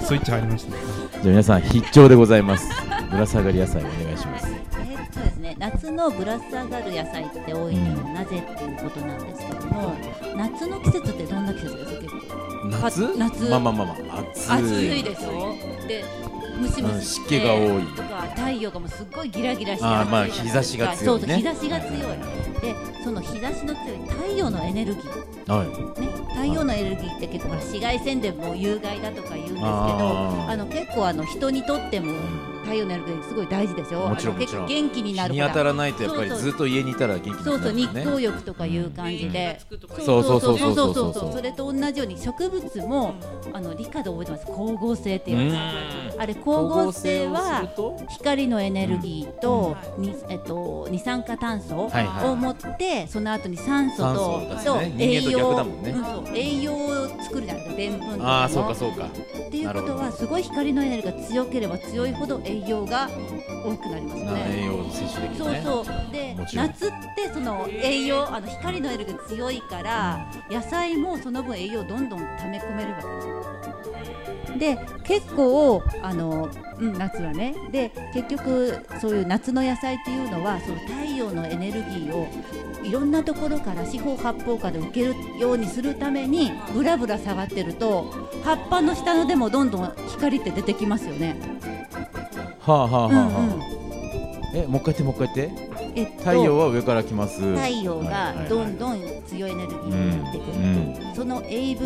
[SPEAKER 3] スイッチ入りましたね
[SPEAKER 2] あ皆さん必聴でございますぶら下がり野菜お願いします
[SPEAKER 5] えっとですね、夏のぶら下がる野菜って多いのはなぜっていうことなんですけども、夏の季節ってどんな季節ですか結構
[SPEAKER 2] 夏
[SPEAKER 5] 夏
[SPEAKER 2] まあまあまあまあ暑い
[SPEAKER 5] でしょでムシムシ
[SPEAKER 2] 湿気が多い
[SPEAKER 5] とか太陽がもうすっごいギラギラして
[SPEAKER 2] あーまあ
[SPEAKER 5] 暑いじゃ
[SPEAKER 2] 日
[SPEAKER 5] ない
[SPEAKER 2] 差しが強いね
[SPEAKER 5] そうそう日差しが強いでその日差しの強い太陽のエネルギー
[SPEAKER 2] はい
[SPEAKER 5] ね太陽のエネルギーって結構ほら紫外線でも有害だとか言うんですけど
[SPEAKER 2] あ
[SPEAKER 5] あ
[SPEAKER 2] ー
[SPEAKER 5] の結構あの人にとっても太陽のエネルギーすごい大事でしょ
[SPEAKER 2] もちろん
[SPEAKER 5] あの結構
[SPEAKER 2] もち
[SPEAKER 5] 元気にな
[SPEAKER 2] 日
[SPEAKER 5] る
[SPEAKER 2] に
[SPEAKER 5] か
[SPEAKER 2] 当た
[SPEAKER 5] ら
[SPEAKER 2] らないとやっぱり
[SPEAKER 5] そうそう
[SPEAKER 2] ずっと家にいたら元気にな
[SPEAKER 5] そ
[SPEAKER 2] ら
[SPEAKER 5] う
[SPEAKER 2] な
[SPEAKER 5] そう
[SPEAKER 2] い
[SPEAKER 5] 日
[SPEAKER 2] からね
[SPEAKER 5] 光浴とかいう感じで、
[SPEAKER 2] そうそうそうそう
[SPEAKER 5] そ
[SPEAKER 2] そ
[SPEAKER 5] うそうう
[SPEAKER 2] そ
[SPEAKER 5] そううそれと同じように植物もあの理科で覚えてます光合成っていうやつあれ光合成は光のエネルギーと,、にえっと二酸化炭素
[SPEAKER 2] はいはい
[SPEAKER 5] を持ってその後に酸素
[SPEAKER 2] 酸
[SPEAKER 5] と
[SPEAKER 2] 素を出す
[SPEAKER 5] と
[SPEAKER 2] ね
[SPEAKER 5] 栄
[SPEAKER 2] 人間と逆
[SPEAKER 5] 養
[SPEAKER 2] だもんね
[SPEAKER 5] うんそう栄養を作るじゃないですかでんぷんとか
[SPEAKER 2] ああ
[SPEAKER 5] の
[SPEAKER 2] そうかそうか
[SPEAKER 5] っていうこ
[SPEAKER 2] な
[SPEAKER 5] と
[SPEAKER 2] る
[SPEAKER 5] はすごい光のエネルギーが強ければ強いほど栄養が多くなりますよね。
[SPEAKER 2] 栄養を摂取でき
[SPEAKER 5] そ
[SPEAKER 2] る
[SPEAKER 5] う
[SPEAKER 2] ね
[SPEAKER 5] そうで
[SPEAKER 2] もちろん
[SPEAKER 5] 夏ってその栄養あの光のエネルギーが強いから野菜もその分栄養をどんどん溜め込めるわけですで結構あの、うん、夏はねで結局そういう夏の野菜っていうのはその太陽のエネルギーをいろんなところから四方八方から受けるようにするためにぶらぶら下がってると葉っぱの下のでもどんどん光って出てきますよね。
[SPEAKER 2] はあはあはあ
[SPEAKER 5] うんうん
[SPEAKER 2] はあえもう一回言ってもう一回言って
[SPEAKER 5] えっと
[SPEAKER 2] 太陽は上から来ます
[SPEAKER 5] 太陽
[SPEAKER 2] はいはいは
[SPEAKER 5] が
[SPEAKER 2] い
[SPEAKER 5] どんどん強いエネルギーになってく
[SPEAKER 2] う
[SPEAKER 5] る、
[SPEAKER 2] ん
[SPEAKER 5] そのエイブ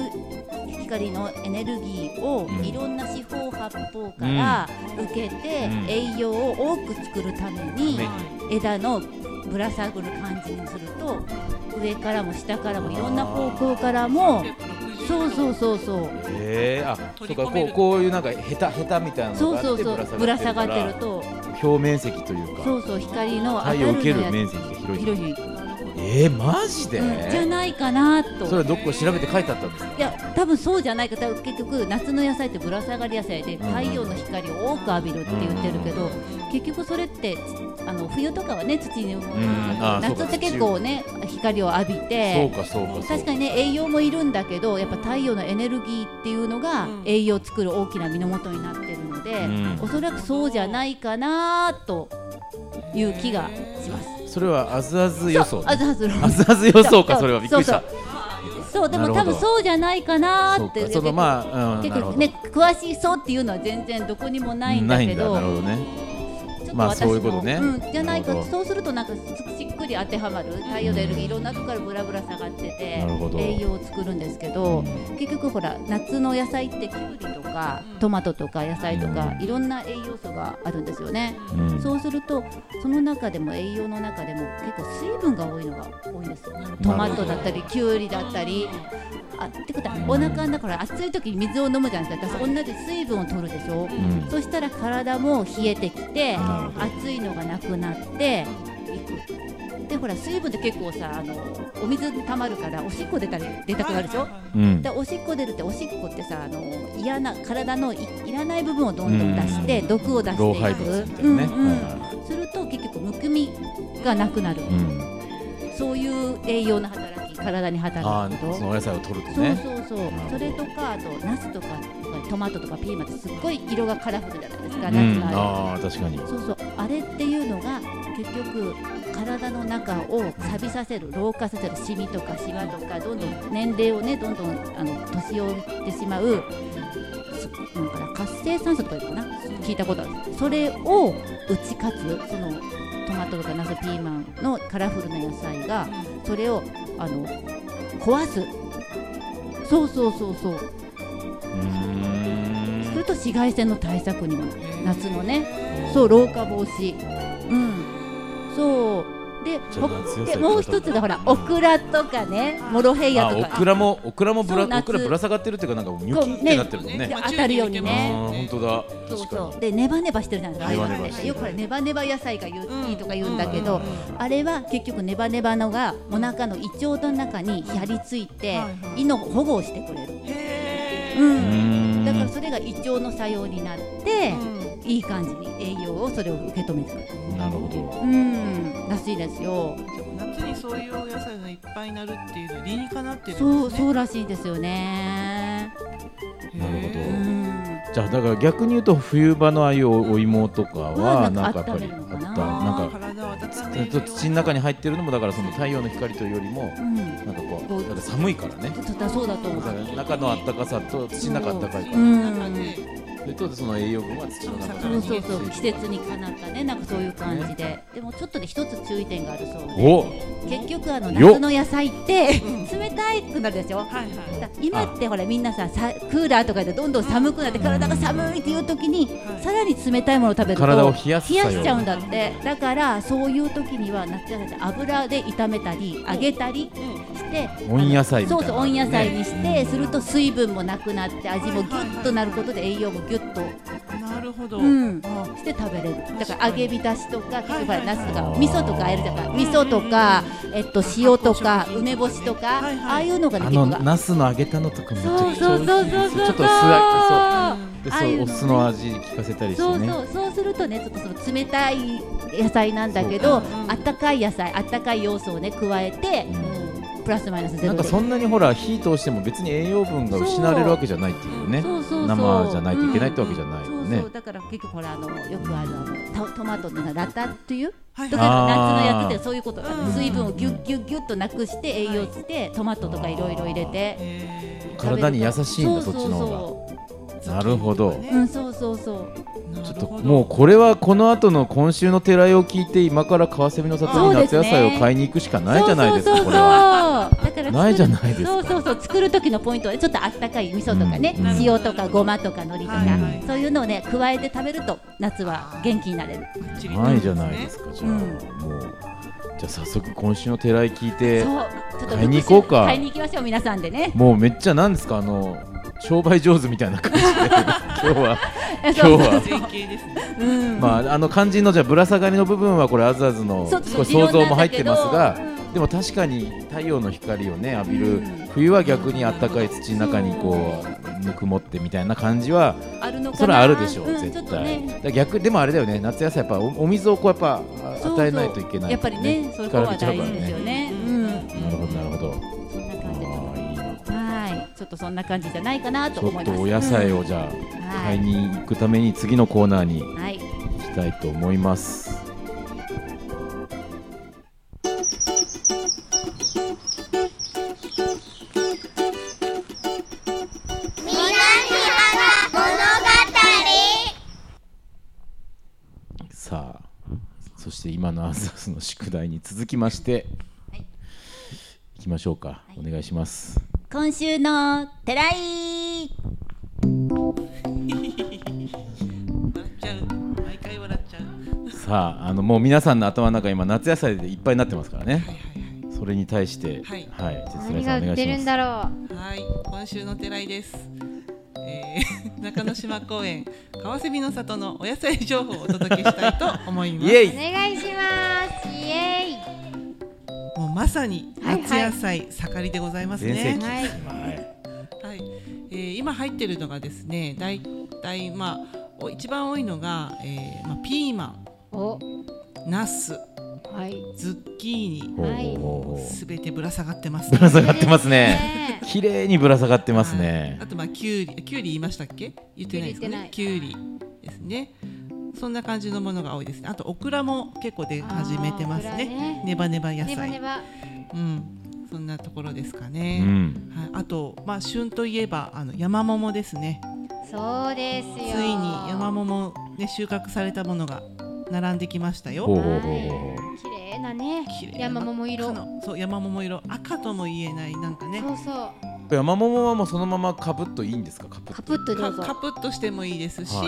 [SPEAKER 5] 光のエネルギーを
[SPEAKER 2] うん
[SPEAKER 5] いろんな四方八方から受けて
[SPEAKER 2] うん
[SPEAKER 5] 栄養を多く作るために枝のぶら下がる感じにすると上からも下からもいろんな方向からもそうそうそうそう
[SPEAKER 2] えー、あそう
[SPEAKER 4] 取り
[SPEAKER 2] か
[SPEAKER 4] 込め
[SPEAKER 2] こう
[SPEAKER 4] る
[SPEAKER 2] こういうなんかヘタヘタみたいなの
[SPEAKER 5] そう
[SPEAKER 2] が
[SPEAKER 5] そ
[SPEAKER 2] あっ
[SPEAKER 5] う
[SPEAKER 2] て
[SPEAKER 5] そう
[SPEAKER 2] ぶ
[SPEAKER 5] ぶ
[SPEAKER 2] ら
[SPEAKER 5] ら
[SPEAKER 2] 下
[SPEAKER 5] 下
[SPEAKER 2] が
[SPEAKER 5] が
[SPEAKER 2] っ
[SPEAKER 5] ってて
[SPEAKER 2] る
[SPEAKER 5] ると
[SPEAKER 2] から表面積という
[SPEAKER 5] そ
[SPEAKER 2] か
[SPEAKER 5] うそう光の当た
[SPEAKER 2] 太
[SPEAKER 5] る
[SPEAKER 2] 陽を受け
[SPEAKER 5] の
[SPEAKER 2] る
[SPEAKER 5] や
[SPEAKER 2] 面積が広い
[SPEAKER 5] 広い、
[SPEAKER 2] えー、マジで、
[SPEAKER 5] うんじゃないかなと
[SPEAKER 2] それはどこ調べて書いてあったんですか
[SPEAKER 5] いや多分そうじゃないか多分結局夏の野菜ってぶら下がり野菜で
[SPEAKER 2] んうん
[SPEAKER 5] 太陽の光を多く浴びるって言ってるけど、
[SPEAKER 2] うん
[SPEAKER 5] 結局それってあの冬とかはね土に埋もれて
[SPEAKER 2] うんあーそうか
[SPEAKER 5] 夏って結構ね光を浴び
[SPEAKER 2] そう
[SPEAKER 5] て
[SPEAKER 2] かそうかそう
[SPEAKER 5] 確かにね栄養もいるんだけどやっぱ太陽のエネルギーっていうのが
[SPEAKER 4] うん
[SPEAKER 5] 栄養を作る大きな源になってるので、
[SPEAKER 2] うん
[SPEAKER 5] おそらくそうじゃないかなという気がします。
[SPEAKER 2] それはあずあず予想
[SPEAKER 5] あずはずの
[SPEAKER 2] あずあず予想かそれはびっくりした
[SPEAKER 5] そうそうそうで
[SPEAKER 2] なる
[SPEAKER 5] も
[SPEAKER 2] ほど
[SPEAKER 5] 多分そうじゃないかな
[SPEAKER 2] そう
[SPEAKER 5] って
[SPEAKER 2] かそのまあ、うん、
[SPEAKER 5] 結
[SPEAKER 2] なるほ
[SPEAKER 5] 局
[SPEAKER 2] ど
[SPEAKER 5] ね詳しいそうっていうのは全然どこにもないんだ
[SPEAKER 2] ない
[SPEAKER 5] け
[SPEAKER 2] んだ
[SPEAKER 5] ど
[SPEAKER 2] なるほどね
[SPEAKER 5] ちょっと
[SPEAKER 2] まあ
[SPEAKER 5] 私
[SPEAKER 2] そ
[SPEAKER 5] も
[SPEAKER 2] ういうことね
[SPEAKER 5] うん、じゃない
[SPEAKER 2] な
[SPEAKER 5] か
[SPEAKER 2] るほど
[SPEAKER 5] そうするとなんかしっくり当てはまる太陽のエネルギーいろんなとこからぶらぶら下がってて
[SPEAKER 2] なるほど
[SPEAKER 5] 栄養を作るんですけ
[SPEAKER 2] う
[SPEAKER 5] ど
[SPEAKER 2] ん
[SPEAKER 5] 結局ほら夏の野菜ってきゅうりとかトマトとか野菜とか
[SPEAKER 2] うん
[SPEAKER 5] いろんな栄養素があるんですよね。
[SPEAKER 2] うん
[SPEAKER 5] そうするとその中でも栄養の中でも結構水分が多いのが多いんですよトマトだったりきゅうりだったりあってことはお腹の中から暑い時に水を飲むじゃないですか私同じ水分を取るでしょ、
[SPEAKER 2] ん
[SPEAKER 5] そしたら体も冷えてきて
[SPEAKER 2] なるほ
[SPEAKER 5] 暑いのがなくなっていくでほら水分って結構さあのお水溜まるからおしっこ出たり出たくなるでしょ
[SPEAKER 2] うん
[SPEAKER 5] でおしっこ出るっておしっこってさあの嫌な体のいいらない部分をどんどん出して、
[SPEAKER 2] うん
[SPEAKER 5] 毒を出して
[SPEAKER 2] 老
[SPEAKER 5] い
[SPEAKER 2] 廃
[SPEAKER 5] く
[SPEAKER 2] 物みたい
[SPEAKER 5] うん
[SPEAKER 2] なね、
[SPEAKER 5] うん
[SPEAKER 2] は
[SPEAKER 5] すると結局むくみがなくなる、
[SPEAKER 2] いはいうん、
[SPEAKER 5] そういう栄養の働き体に
[SPEAKER 2] あ
[SPEAKER 5] 働くこ
[SPEAKER 2] ー
[SPEAKER 5] と
[SPEAKER 2] そのお野菜を取ると
[SPEAKER 5] そう
[SPEAKER 2] ね
[SPEAKER 5] そうそう、それとかあとナスとかトマトとかピーマンってすっごい色がカラフルじゃないですか、
[SPEAKER 2] う
[SPEAKER 5] 夏
[SPEAKER 2] ん
[SPEAKER 5] のあ
[SPEAKER 2] ああ確かに
[SPEAKER 5] れそうそうあれっていうのが結局体の中を錆びさせる老化させるシミとかシワとかどんどん年齢をねどんどんあの年をいってしまうそなんかな活性酸素とかいうのかな聞いたことあるそれを打ち勝つそのトマトとかナスピーマンのカラフルな野菜がそれをあの壊すそうそうそうそう
[SPEAKER 2] うー
[SPEAKER 5] す
[SPEAKER 2] ん
[SPEAKER 5] ると紫外線の対策にもなる夏のね
[SPEAKER 2] う
[SPEAKER 5] そう老化防止うんそうで
[SPEAKER 2] じゃあ夏野菜
[SPEAKER 5] でもう一つがほらオクラとかねモロヘイヤ
[SPEAKER 2] あ
[SPEAKER 5] と
[SPEAKER 2] オ
[SPEAKER 5] か
[SPEAKER 2] クラもオクラもぶら
[SPEAKER 5] そう夏
[SPEAKER 2] オクラぶら下がってるっていうかなんかもうニョキってなってるもんね
[SPEAKER 5] で当たるように
[SPEAKER 2] あ
[SPEAKER 5] ね
[SPEAKER 2] あ本当だ
[SPEAKER 5] そう
[SPEAKER 2] 確か
[SPEAKER 5] そうでネバネバしてるじゃないですか
[SPEAKER 2] ネバネバしてる
[SPEAKER 5] よくほらネバネバ野菜が言う、
[SPEAKER 4] うん
[SPEAKER 5] いいとか言うんだけど、あれは結局ネバネバのがお腹の胃腸の中にやりついて、
[SPEAKER 4] はいはい
[SPEAKER 5] 胃の保護をしてくれる、
[SPEAKER 4] へ
[SPEAKER 2] に
[SPEAKER 5] う
[SPEAKER 2] うんーん
[SPEAKER 5] だからそれが胃腸の作用になって、いい感じに栄養をそれを受け止めてくれる
[SPEAKER 2] なるほど
[SPEAKER 5] うんらしいですよ
[SPEAKER 4] 夏にそういうお野菜がいっぱいなるっていうの理にかなってる
[SPEAKER 5] そ
[SPEAKER 4] ん
[SPEAKER 5] う
[SPEAKER 4] ですね
[SPEAKER 5] そうらしいですよね
[SPEAKER 2] なるほど
[SPEAKER 5] う
[SPEAKER 4] へ
[SPEAKER 5] ん
[SPEAKER 2] じゃあだから逆に言うと冬場のああいうおお芋とかは
[SPEAKER 5] は
[SPEAKER 2] な
[SPEAKER 5] なんん
[SPEAKER 2] か
[SPEAKER 5] か
[SPEAKER 2] やっぱりあっ
[SPEAKER 5] 温
[SPEAKER 2] た
[SPEAKER 5] めるのかな
[SPEAKER 2] なんか
[SPEAKER 4] 体を温
[SPEAKER 2] ず
[SPEAKER 4] め
[SPEAKER 2] っと
[SPEAKER 4] る
[SPEAKER 2] 土の中に入ってるのもだからその太陽の光というよりも
[SPEAKER 5] うん
[SPEAKER 2] なんかこうなんか寒いからね
[SPEAKER 5] そうだそうだと思
[SPEAKER 2] だ
[SPEAKER 5] う
[SPEAKER 2] から中のあったかさと土の中あったかいか
[SPEAKER 5] う
[SPEAKER 2] ら
[SPEAKER 5] ん
[SPEAKER 4] 中で
[SPEAKER 2] それとその栄養分は土の中
[SPEAKER 5] そう
[SPEAKER 2] に
[SPEAKER 5] そうそう季節にかなったねなんかそういう感じででもちょっとね一つ注意点があるそうで
[SPEAKER 2] お
[SPEAKER 5] 結局あの
[SPEAKER 2] よ
[SPEAKER 5] 夏の野菜って
[SPEAKER 4] うん
[SPEAKER 5] 冷たくなるでしょ
[SPEAKER 4] はいはい
[SPEAKER 5] だ今ってほらみんなささクーラーとかでどんどん寒くなって体が寒いっていう時に
[SPEAKER 4] はい
[SPEAKER 5] さらに冷たいものを食べると
[SPEAKER 2] 体を冷やす
[SPEAKER 5] 冷
[SPEAKER 2] 作用
[SPEAKER 5] やしちゃうんだってだからそういう時には夏野菜って油で炒めたり揚げたりして
[SPEAKER 2] 温野菜みたい
[SPEAKER 5] そう
[SPEAKER 2] な
[SPEAKER 5] そう温野菜にして、
[SPEAKER 2] ね
[SPEAKER 5] すると水分もなくなって味もギュッとなることで栄養もギュッと
[SPEAKER 4] うんなるほど、
[SPEAKER 5] うん
[SPEAKER 4] あ
[SPEAKER 5] して食べれるだから揚げ浸しとか例えば
[SPEAKER 4] はいはいはい
[SPEAKER 5] ナスとか味噌とかあるじゃない味噌とか、えっと、塩とか梅干しとか、
[SPEAKER 4] はいはい
[SPEAKER 5] ああいうのがね
[SPEAKER 2] あ
[SPEAKER 5] 結
[SPEAKER 2] の
[SPEAKER 5] 構が
[SPEAKER 2] ナスの揚げたのとかめちゃ
[SPEAKER 5] そう
[SPEAKER 2] くちゃ美
[SPEAKER 5] そう
[SPEAKER 2] 味しいで
[SPEAKER 5] そう
[SPEAKER 2] す
[SPEAKER 5] そう
[SPEAKER 2] よ
[SPEAKER 5] そう
[SPEAKER 2] ちょっと薄ら
[SPEAKER 5] あ
[SPEAKER 2] そうで
[SPEAKER 5] あい
[SPEAKER 2] そう
[SPEAKER 5] うの
[SPEAKER 2] お酢の味聞かせたりし
[SPEAKER 5] そ
[SPEAKER 2] て
[SPEAKER 5] う
[SPEAKER 2] ね
[SPEAKER 5] そうそうするとねちょっとその冷たい野菜なんだけど
[SPEAKER 4] うん
[SPEAKER 5] あったかい野菜あったかい要素をね加えて
[SPEAKER 2] う
[SPEAKER 5] プラスマイナス
[SPEAKER 2] な
[SPEAKER 5] ゼロ
[SPEAKER 2] ん
[SPEAKER 5] で
[SPEAKER 2] かそんなにほら火通しても別に栄養分が失われるわけじゃないっていうね
[SPEAKER 5] そうそうそう
[SPEAKER 2] 生じゃないといけないってわけじゃないよね
[SPEAKER 5] うんそうそうだから結局ほらあのよくあるあのトトマトっていうのはラタっていう
[SPEAKER 4] はい
[SPEAKER 5] と
[SPEAKER 4] はい
[SPEAKER 5] か夏のや
[SPEAKER 2] あー
[SPEAKER 5] つでそういうこと
[SPEAKER 4] うん
[SPEAKER 5] 水分をギュッギュッギュッとなくして栄養してトマトとかいろいろ入れて
[SPEAKER 4] え
[SPEAKER 2] 体に優しいんだそ
[SPEAKER 5] 食
[SPEAKER 2] っ
[SPEAKER 5] べ
[SPEAKER 2] ち
[SPEAKER 5] ると
[SPEAKER 2] の方
[SPEAKER 4] ー
[SPEAKER 5] そ
[SPEAKER 2] なるほど
[SPEAKER 5] うそうそううんそうそうそう
[SPEAKER 2] がちょっともうこれはこの後の今週の寺井を聞いて今から川蝉の里に夏野菜を買いに行くしかないじゃないですか
[SPEAKER 5] そう
[SPEAKER 2] こ
[SPEAKER 5] そうそう
[SPEAKER 2] れは
[SPEAKER 5] だから作る
[SPEAKER 2] ないじゃないですか
[SPEAKER 5] そうそうそう作る時のポイントはねちょっとあったかい味噌とかね、
[SPEAKER 2] うん
[SPEAKER 5] 塩とかごまとか海苔とか、
[SPEAKER 4] はいはい
[SPEAKER 5] そういうのをね加えて食べると夏は元気になれる。
[SPEAKER 2] ないじゃないですかじゃあ
[SPEAKER 5] うん
[SPEAKER 2] もうじゃあ早速今週の寺井聞いて
[SPEAKER 5] そうちょっと
[SPEAKER 2] 買いに行こうか
[SPEAKER 5] 買いに行きましょう皆さんでね。
[SPEAKER 2] もうめっちゃなんですかあの商売上手みたいな感じ で今日は今日は
[SPEAKER 4] 前傾ですね
[SPEAKER 5] うん
[SPEAKER 2] まああの肝心のじゃあぶら下がりの部分はこれあずあずの
[SPEAKER 5] そう
[SPEAKER 2] 少し想像も入ってますが
[SPEAKER 5] そう
[SPEAKER 2] でも確かに太陽の光をね浴びる、
[SPEAKER 5] うん
[SPEAKER 2] 冬は逆に暖かい土の中にこうぬくもってみたいな感じは
[SPEAKER 5] あるのかな
[SPEAKER 2] それはあるでしょう、
[SPEAKER 5] んちょっ
[SPEAKER 2] 絶
[SPEAKER 5] と
[SPEAKER 2] 対、
[SPEAKER 5] ね
[SPEAKER 2] だから逆でもあれだよね夏野菜やっぱおお水をこうやっぱあ
[SPEAKER 5] そうそう
[SPEAKER 2] 与えないといけない
[SPEAKER 5] やっぱりねそういう子
[SPEAKER 2] 疲
[SPEAKER 5] は
[SPEAKER 2] れちゃう
[SPEAKER 5] 大
[SPEAKER 2] から
[SPEAKER 5] 事ですよ
[SPEAKER 2] ね
[SPEAKER 5] ね。
[SPEAKER 4] う
[SPEAKER 5] うん
[SPEAKER 4] ん
[SPEAKER 2] なるほどなるほど
[SPEAKER 5] そんな
[SPEAKER 2] あ
[SPEAKER 5] 感じで
[SPEAKER 2] ーいいな
[SPEAKER 5] はいちょっとそんな感じじゃないかなと
[SPEAKER 2] ちょ
[SPEAKER 5] 思
[SPEAKER 2] っ
[SPEAKER 5] います。
[SPEAKER 2] とお野菜をじゃあ
[SPEAKER 5] は
[SPEAKER 2] 買い
[SPEAKER 5] い
[SPEAKER 2] に行くために次のコーナーに
[SPEAKER 5] はい
[SPEAKER 2] 行きたいと思いますさあそして今のアンサスの宿題に続きまして、
[SPEAKER 5] はいい、
[SPEAKER 2] きましょうか、お願いします
[SPEAKER 5] 今週のてらい
[SPEAKER 4] 笑っちゃう毎回笑っちゃう
[SPEAKER 2] さああのもう皆さんの頭の中今夏野菜でいっぱいになってますからねそれに対して
[SPEAKER 4] はい
[SPEAKER 2] 説明
[SPEAKER 1] 何
[SPEAKER 2] さ
[SPEAKER 1] が
[SPEAKER 2] ん
[SPEAKER 1] 売っ
[SPEAKER 2] お願い
[SPEAKER 1] てる
[SPEAKER 2] し
[SPEAKER 1] ん
[SPEAKER 2] ま
[SPEAKER 1] だろ
[SPEAKER 4] はい今週の寺井です、えー中之島公園川蝉の里のお野菜情報をお届けしたいと思います
[SPEAKER 2] すイエ
[SPEAKER 1] うお
[SPEAKER 2] イ
[SPEAKER 1] 願いしますイエーイ
[SPEAKER 4] もうまさに
[SPEAKER 1] はいはい
[SPEAKER 4] 夏野菜盛りでございますね、
[SPEAKER 2] 全盛期
[SPEAKER 1] はい
[SPEAKER 2] はい
[SPEAKER 4] はい、えー今入ってるのがですね、だいたいまあお一番多いのが、えーまあピーマ
[SPEAKER 1] お
[SPEAKER 4] ン、ナス、
[SPEAKER 1] はい
[SPEAKER 4] ズッキーニ、
[SPEAKER 2] ほうほうほうほう
[SPEAKER 4] すべてぶら下がってます、
[SPEAKER 2] ぶら下がってますね綺麗にぶら下がってますね
[SPEAKER 4] はいあとまあキュウリ、キュウリ言いましたっけ？言ってないですかね。キ
[SPEAKER 1] キ
[SPEAKER 4] ュウリですね。そんな感じのものが多いですね。あとオクラも結構出始めてます
[SPEAKER 1] あーオクラ
[SPEAKER 4] ね。
[SPEAKER 1] ね
[SPEAKER 4] ネバネバ野菜、
[SPEAKER 1] ネバネバ
[SPEAKER 4] うん、そんなところですか
[SPEAKER 2] う
[SPEAKER 4] ね。
[SPEAKER 2] ん
[SPEAKER 4] はい、あとまあ旬といえばあの山桃ですね。
[SPEAKER 1] そうですよ
[SPEAKER 4] ついに山桃ね収穫されたものが並んできました
[SPEAKER 2] ほうほ
[SPEAKER 4] よ。
[SPEAKER 2] うほうほ
[SPEAKER 1] はい綺麗なね
[SPEAKER 4] 綺麗な
[SPEAKER 1] 山桃色
[SPEAKER 4] 赤
[SPEAKER 1] そ
[SPEAKER 4] のそう山桃色赤とも言えないなんかね
[SPEAKER 1] うそう
[SPEAKER 2] う山桃はもうそのままかぶっといいんですかかぶっ
[SPEAKER 1] カ
[SPEAKER 2] と
[SPEAKER 1] プッとど
[SPEAKER 4] か
[SPEAKER 1] うぞ
[SPEAKER 4] カプッとしてもいいですし、
[SPEAKER 2] は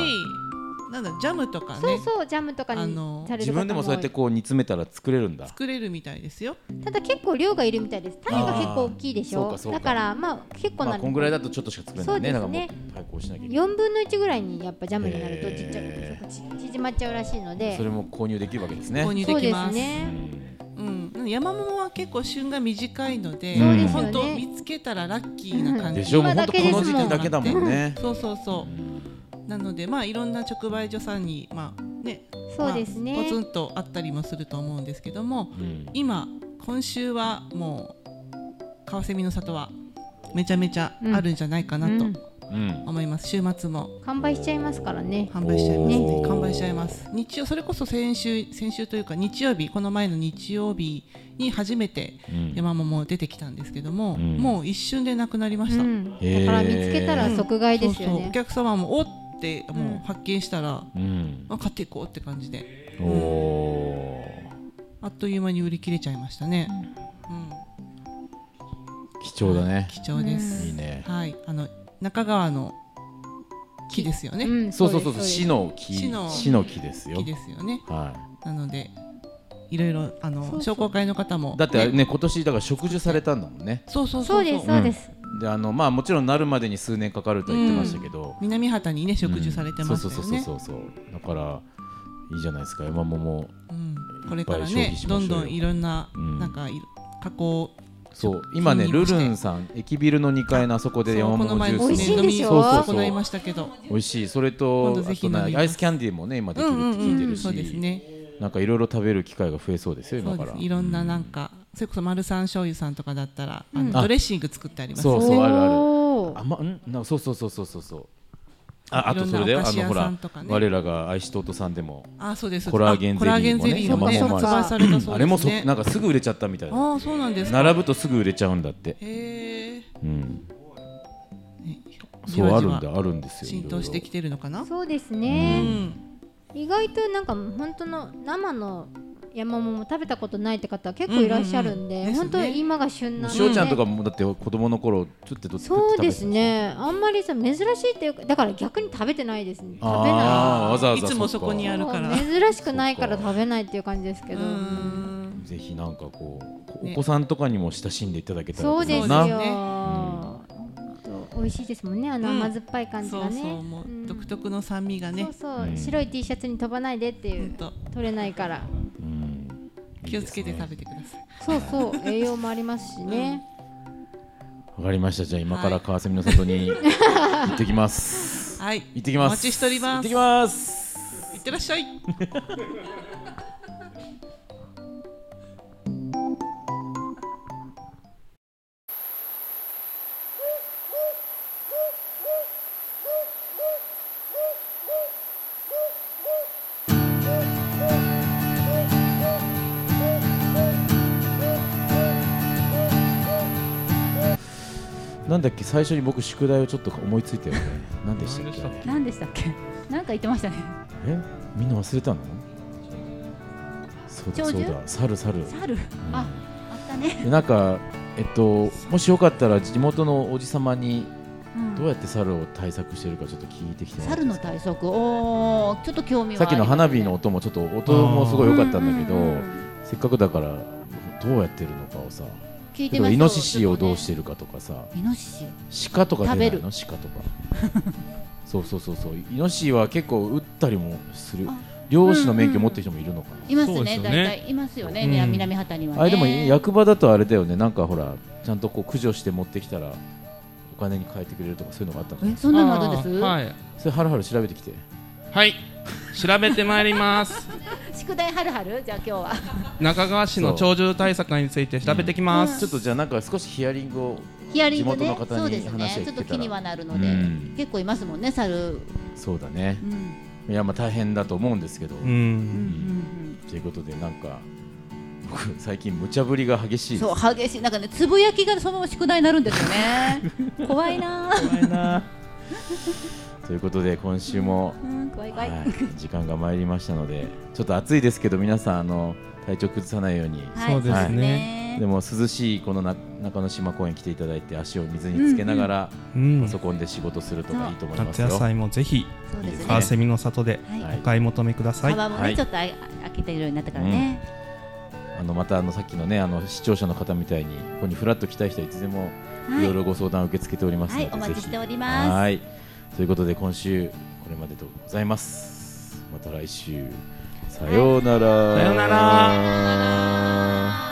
[SPEAKER 4] なんだジャムとか
[SPEAKER 1] そう
[SPEAKER 4] ね
[SPEAKER 1] そうジャムとか
[SPEAKER 4] あ
[SPEAKER 1] に
[SPEAKER 4] の
[SPEAKER 1] され
[SPEAKER 2] 自
[SPEAKER 1] る方も多い
[SPEAKER 2] 分でもそうやってこう煮詰めたら作れるんだ
[SPEAKER 4] 作れるみたいですよ。
[SPEAKER 1] ただ結構量がいるみたいです種が結構大きいでし
[SPEAKER 2] あーそう
[SPEAKER 1] ょ
[SPEAKER 2] かそうか
[SPEAKER 1] だからまあ結構
[SPEAKER 2] ま
[SPEAKER 1] な
[SPEAKER 2] あこんぐらいだとちょっとしか作れないねだから
[SPEAKER 1] そう
[SPEAKER 2] もうい
[SPEAKER 1] で
[SPEAKER 2] っ
[SPEAKER 1] すね
[SPEAKER 2] ぱいこうしなきゃいけない
[SPEAKER 1] 4分の1ぐらいにやっぱジャムになるとちっちゃ
[SPEAKER 2] へ
[SPEAKER 1] いち縮まっちゃうらしいので
[SPEAKER 2] それも購入できるわけですね
[SPEAKER 4] 購入で
[SPEAKER 1] そう
[SPEAKER 4] き
[SPEAKER 1] で
[SPEAKER 4] ますす。
[SPEAKER 1] ね
[SPEAKER 4] うん、山桃は結構旬が短いので、
[SPEAKER 2] そうですよね
[SPEAKER 4] 本当見つけたらラッキーな感じ。
[SPEAKER 2] でしょも
[SPEAKER 1] 今
[SPEAKER 2] うほん
[SPEAKER 1] だ
[SPEAKER 2] と
[SPEAKER 1] け
[SPEAKER 2] こ
[SPEAKER 1] ですも
[SPEAKER 2] の
[SPEAKER 1] ん
[SPEAKER 2] 時期だけだもんね
[SPEAKER 4] そうそうそう。なのでまあいろんな直売所さんにまあね
[SPEAKER 1] そうですね
[SPEAKER 4] まあポツンとあったりもすると思うんですけども、
[SPEAKER 2] うん
[SPEAKER 4] 今今週はもう川蝉の里はめちゃめちゃあるんじゃないかなと
[SPEAKER 1] うん
[SPEAKER 2] うん
[SPEAKER 4] 思います、週末も
[SPEAKER 1] 完売しちゃいますからね
[SPEAKER 4] 販売しちゃいますね
[SPEAKER 2] おー
[SPEAKER 4] 完売しちゃいます日曜それこそ先週先週というか日曜日この前の日曜日に初めて
[SPEAKER 2] うん
[SPEAKER 4] 山桃出てきたんですけども、
[SPEAKER 2] うん
[SPEAKER 4] もう一瞬でなくなりま
[SPEAKER 1] う
[SPEAKER 4] した、
[SPEAKER 1] ん
[SPEAKER 2] へー
[SPEAKER 1] だから見つけたら即買いですよ
[SPEAKER 4] そうそうお
[SPEAKER 1] ね
[SPEAKER 4] 客様もおっってもう発見したら、
[SPEAKER 2] うん。
[SPEAKER 4] あ買っていこうって感じで
[SPEAKER 2] おお
[SPEAKER 4] あっという間に売り切れちゃいましたね、うん
[SPEAKER 2] ー。貴重だね。
[SPEAKER 4] 貴重です、
[SPEAKER 2] いいね。
[SPEAKER 4] はいあの中川の木ですよね、
[SPEAKER 6] うん
[SPEAKER 2] そうそうそうそう。
[SPEAKER 6] です
[SPEAKER 2] 死の木。
[SPEAKER 4] 死の
[SPEAKER 2] 死の木ですよ
[SPEAKER 4] 木。ですよね
[SPEAKER 2] は
[SPEAKER 4] なのでいろいろあの
[SPEAKER 6] そうそう
[SPEAKER 4] 商工会の方も
[SPEAKER 2] い。だってね今年だから植樹されたんだもんね。
[SPEAKER 4] そうそう
[SPEAKER 1] そ
[SPEAKER 4] そうう
[SPEAKER 1] です
[SPEAKER 4] そ
[SPEAKER 2] ん
[SPEAKER 4] う
[SPEAKER 1] そうです、
[SPEAKER 2] であのまあもちろんなるまでに数年かかるとは言ってましたけど。
[SPEAKER 4] 南畑にね
[SPEAKER 2] うん
[SPEAKER 4] 植樹されてますよ
[SPEAKER 2] そうそう
[SPEAKER 4] ね
[SPEAKER 2] そうそうそう。だからいいじゃないですか山桃。
[SPEAKER 4] うんこれから
[SPEAKER 2] いっぱい消費
[SPEAKER 4] ね
[SPEAKER 2] しましょうよ
[SPEAKER 4] どんどんいろんな
[SPEAKER 2] うん
[SPEAKER 4] なんかいろ加工
[SPEAKER 2] そう今ね
[SPEAKER 4] 筋肉
[SPEAKER 2] ル
[SPEAKER 4] して
[SPEAKER 2] ルンさん駅ビルの2階のあそこで
[SPEAKER 4] そ
[SPEAKER 2] 山
[SPEAKER 4] うこの
[SPEAKER 2] 桃ジ
[SPEAKER 4] 前
[SPEAKER 2] ュースを
[SPEAKER 4] も
[SPEAKER 1] 美味しいんでしょ
[SPEAKER 2] そうそうそう
[SPEAKER 4] 行いましたけど
[SPEAKER 2] 美味しいそれ
[SPEAKER 4] 今
[SPEAKER 2] と
[SPEAKER 4] 度
[SPEAKER 2] あ
[SPEAKER 4] ぜひ
[SPEAKER 2] と
[SPEAKER 4] 飲みます
[SPEAKER 2] ねアイスキャンディーもね今できるって聞いてる
[SPEAKER 4] そうです
[SPEAKER 2] し
[SPEAKER 4] ね
[SPEAKER 2] なんかいろいろ食べる機会が増えそうですよ
[SPEAKER 4] そ
[SPEAKER 2] 今
[SPEAKER 4] う
[SPEAKER 2] か
[SPEAKER 4] で
[SPEAKER 2] ら
[SPEAKER 4] すいろんななんかそれこそ丸三醤油さんとかだったらあ
[SPEAKER 1] うん
[SPEAKER 4] のドレッシング作ってあります
[SPEAKER 2] そうそうあるある
[SPEAKER 6] おー
[SPEAKER 2] あまんなそうそうそうそうそうそうああと
[SPEAKER 4] いろん
[SPEAKER 2] そ
[SPEAKER 4] な
[SPEAKER 2] れで
[SPEAKER 4] お
[SPEAKER 2] あ
[SPEAKER 4] 菓子
[SPEAKER 2] の
[SPEAKER 4] 屋
[SPEAKER 2] ほ
[SPEAKER 4] さ
[SPEAKER 2] ら
[SPEAKER 4] んとかね
[SPEAKER 2] 我らが愛しとうとさんでも
[SPEAKER 4] あそうです
[SPEAKER 2] コラーゲン
[SPEAKER 4] あコラーゲンゼリーもね
[SPEAKER 2] ゼリーもね
[SPEAKER 4] 発売されたそうですね
[SPEAKER 2] あれもそなんかすぐ売れちゃったみたいな
[SPEAKER 4] ああそうなんですか
[SPEAKER 2] 並ぶとすぐ売れちゃうんだって
[SPEAKER 4] へえ
[SPEAKER 2] うん
[SPEAKER 4] ねじ
[SPEAKER 2] そう
[SPEAKER 4] わ
[SPEAKER 2] あ
[SPEAKER 4] じ
[SPEAKER 2] る
[SPEAKER 4] わ
[SPEAKER 2] んだあるんですよ
[SPEAKER 4] 浸透してきてるのかな
[SPEAKER 1] そうです
[SPEAKER 4] う
[SPEAKER 1] ね、
[SPEAKER 4] ん
[SPEAKER 1] 意外となんか本当の生の山桃食べべたことないって方結構いらっしゃるんで、
[SPEAKER 4] うんうんうん
[SPEAKER 1] 本当
[SPEAKER 4] ですね
[SPEAKER 1] 今が旬なんで
[SPEAKER 2] しおちゃんとかもだって子供の頃ちょっとと
[SPEAKER 1] そうですねあんまりさ珍しいっていうかだから逆に食べてないですね食べ
[SPEAKER 2] あー
[SPEAKER 1] な
[SPEAKER 2] あーわざわざ
[SPEAKER 4] いつもそこにあ
[SPEAKER 1] い
[SPEAKER 4] るから
[SPEAKER 1] 珍しくないから食べないっていう感じですけ
[SPEAKER 4] う
[SPEAKER 1] ど
[SPEAKER 4] ん
[SPEAKER 2] ぜひなんかこう
[SPEAKER 4] ね
[SPEAKER 2] お子さんとかにも親しんでいただけたらと
[SPEAKER 1] そう
[SPEAKER 2] 思
[SPEAKER 1] ですよ、
[SPEAKER 2] な
[SPEAKER 4] ね
[SPEAKER 1] ほんと美味しいですもんねあの
[SPEAKER 4] うん
[SPEAKER 1] 甘酸っぱい感じ
[SPEAKER 4] そ
[SPEAKER 1] が
[SPEAKER 4] う
[SPEAKER 1] ね、
[SPEAKER 4] そうもう
[SPEAKER 1] うん
[SPEAKER 4] 独特の酸味がね
[SPEAKER 1] そうそう、
[SPEAKER 2] うん
[SPEAKER 1] 白い T シャツに飛ばないでってい
[SPEAKER 4] ほ
[SPEAKER 1] うん
[SPEAKER 4] と
[SPEAKER 1] 取れないから
[SPEAKER 2] うん
[SPEAKER 4] 気をつけて
[SPEAKER 2] いいです
[SPEAKER 4] 食
[SPEAKER 2] ね
[SPEAKER 4] べてください
[SPEAKER 1] そうそう 栄養もありますしね、
[SPEAKER 2] わかりましたじゃあ今から川蝉の里に行ってきます
[SPEAKER 4] はい
[SPEAKER 2] 行ってきます
[SPEAKER 4] お待ちしております
[SPEAKER 2] 行ってきます
[SPEAKER 4] いってらっしゃい
[SPEAKER 2] なんだっけ最初に僕宿題をちょっと思いついたよね何でしたっけあれ
[SPEAKER 5] 何でしたっけ？なんか言ってましたね。
[SPEAKER 2] えみんな忘れたのそうだそう
[SPEAKER 5] 鳥獣
[SPEAKER 2] だ猿猿、うん
[SPEAKER 5] 猿。あ、あったね。
[SPEAKER 2] でなんかえっともしよかったら地元のおじさまに
[SPEAKER 5] うん
[SPEAKER 2] どうやって猿を対策してるかちょっと聞いてきてもらって
[SPEAKER 5] 猿
[SPEAKER 2] いいで
[SPEAKER 5] の
[SPEAKER 2] すか
[SPEAKER 5] 対策。おお、ちょっと興味は
[SPEAKER 2] さっきの花火の
[SPEAKER 5] あ
[SPEAKER 2] 音もちょっと音もすごい良かったんだけど、
[SPEAKER 5] ううんうん
[SPEAKER 2] せっかくだからどうやってるのかをさ
[SPEAKER 5] 聞い
[SPEAKER 2] 例
[SPEAKER 5] て
[SPEAKER 2] え
[SPEAKER 5] み
[SPEAKER 2] ばイノ
[SPEAKER 5] ましょう
[SPEAKER 2] シシをどうしてるかとかさ
[SPEAKER 5] イノシシ。
[SPEAKER 2] 鹿とか出ない
[SPEAKER 5] 食べる
[SPEAKER 2] の鹿とか そうそうそうそうイノシシは結構撃ったりもする
[SPEAKER 5] あ
[SPEAKER 2] 漁師の免許持ってる人もいるのかな、
[SPEAKER 5] います
[SPEAKER 3] そうですよ
[SPEAKER 5] ね。大
[SPEAKER 3] ね
[SPEAKER 5] 体いますよね。
[SPEAKER 3] うん
[SPEAKER 5] ね南畑にはね。
[SPEAKER 2] あれでも役場だとあれだよねなんかほらちゃんとこう駆除して持ってきたらお金に変えてくれるとかそういうのがあったの
[SPEAKER 5] えそんなのあるんです。
[SPEAKER 3] あーはい
[SPEAKER 2] それはるはる調べてきて
[SPEAKER 3] はい調べてまいります。
[SPEAKER 5] 宿題はるはるじゃあ今日は。
[SPEAKER 3] 中川市の鳥獣対策について調べてきます。
[SPEAKER 2] ちょっとじゃあなんか少しヒアリングを
[SPEAKER 5] ヒアリング
[SPEAKER 2] 地元の方に
[SPEAKER 5] ね。そうです
[SPEAKER 2] 話
[SPEAKER 5] ね
[SPEAKER 2] を聞。
[SPEAKER 5] ち
[SPEAKER 2] け
[SPEAKER 5] ょった
[SPEAKER 2] ら
[SPEAKER 5] と気にはなるので
[SPEAKER 2] うん、
[SPEAKER 5] 結構いますもんね猿。
[SPEAKER 2] そうだね
[SPEAKER 5] うん。
[SPEAKER 2] いやまあ大変だと思うんですけど、
[SPEAKER 3] う。
[SPEAKER 5] うんん
[SPEAKER 2] ということでなんか僕最近無茶ぶりが激し
[SPEAKER 5] う
[SPEAKER 2] い
[SPEAKER 5] ん。
[SPEAKER 2] で
[SPEAKER 5] そ
[SPEAKER 2] す
[SPEAKER 5] う激しいなんかねつぶやきがそのまま宿題になるんですよね。 怖いなー。
[SPEAKER 2] 怖いな ということで今週も、
[SPEAKER 5] うん怖い怖
[SPEAKER 2] はい
[SPEAKER 5] い。、
[SPEAKER 2] 時間が参りましたのでちょっと暑いですけど皆さんあの体調崩さないように、
[SPEAKER 5] はい
[SPEAKER 3] そうです
[SPEAKER 2] でも涼しいこのな中之島公園来ていただいて足を水につけながら
[SPEAKER 3] うん
[SPEAKER 2] パ。ソコンで仕事するとかいいと思います
[SPEAKER 3] 夏
[SPEAKER 2] よ。
[SPEAKER 3] 野菜もぜひ
[SPEAKER 5] そうです
[SPEAKER 2] いい
[SPEAKER 5] ね。
[SPEAKER 2] で
[SPEAKER 3] 川
[SPEAKER 2] すね
[SPEAKER 3] 蝉の里で
[SPEAKER 5] はい
[SPEAKER 2] は
[SPEAKER 3] お買い求めください。
[SPEAKER 5] 幅もね、
[SPEAKER 2] はい
[SPEAKER 5] ちょっとあ開けてるようになったからね、
[SPEAKER 2] あのまたあのさっきのねあの視聴者の方みたいにここにフラッと来たい人はいつでも
[SPEAKER 5] はいい
[SPEAKER 2] ろいろご相談を受け付けておりますので、
[SPEAKER 5] はいお待ちしており
[SPEAKER 2] ぜひ
[SPEAKER 5] ます
[SPEAKER 2] はいということで今週これまでとございますまた来週さようなら、
[SPEAKER 3] さようなら
[SPEAKER 2] ら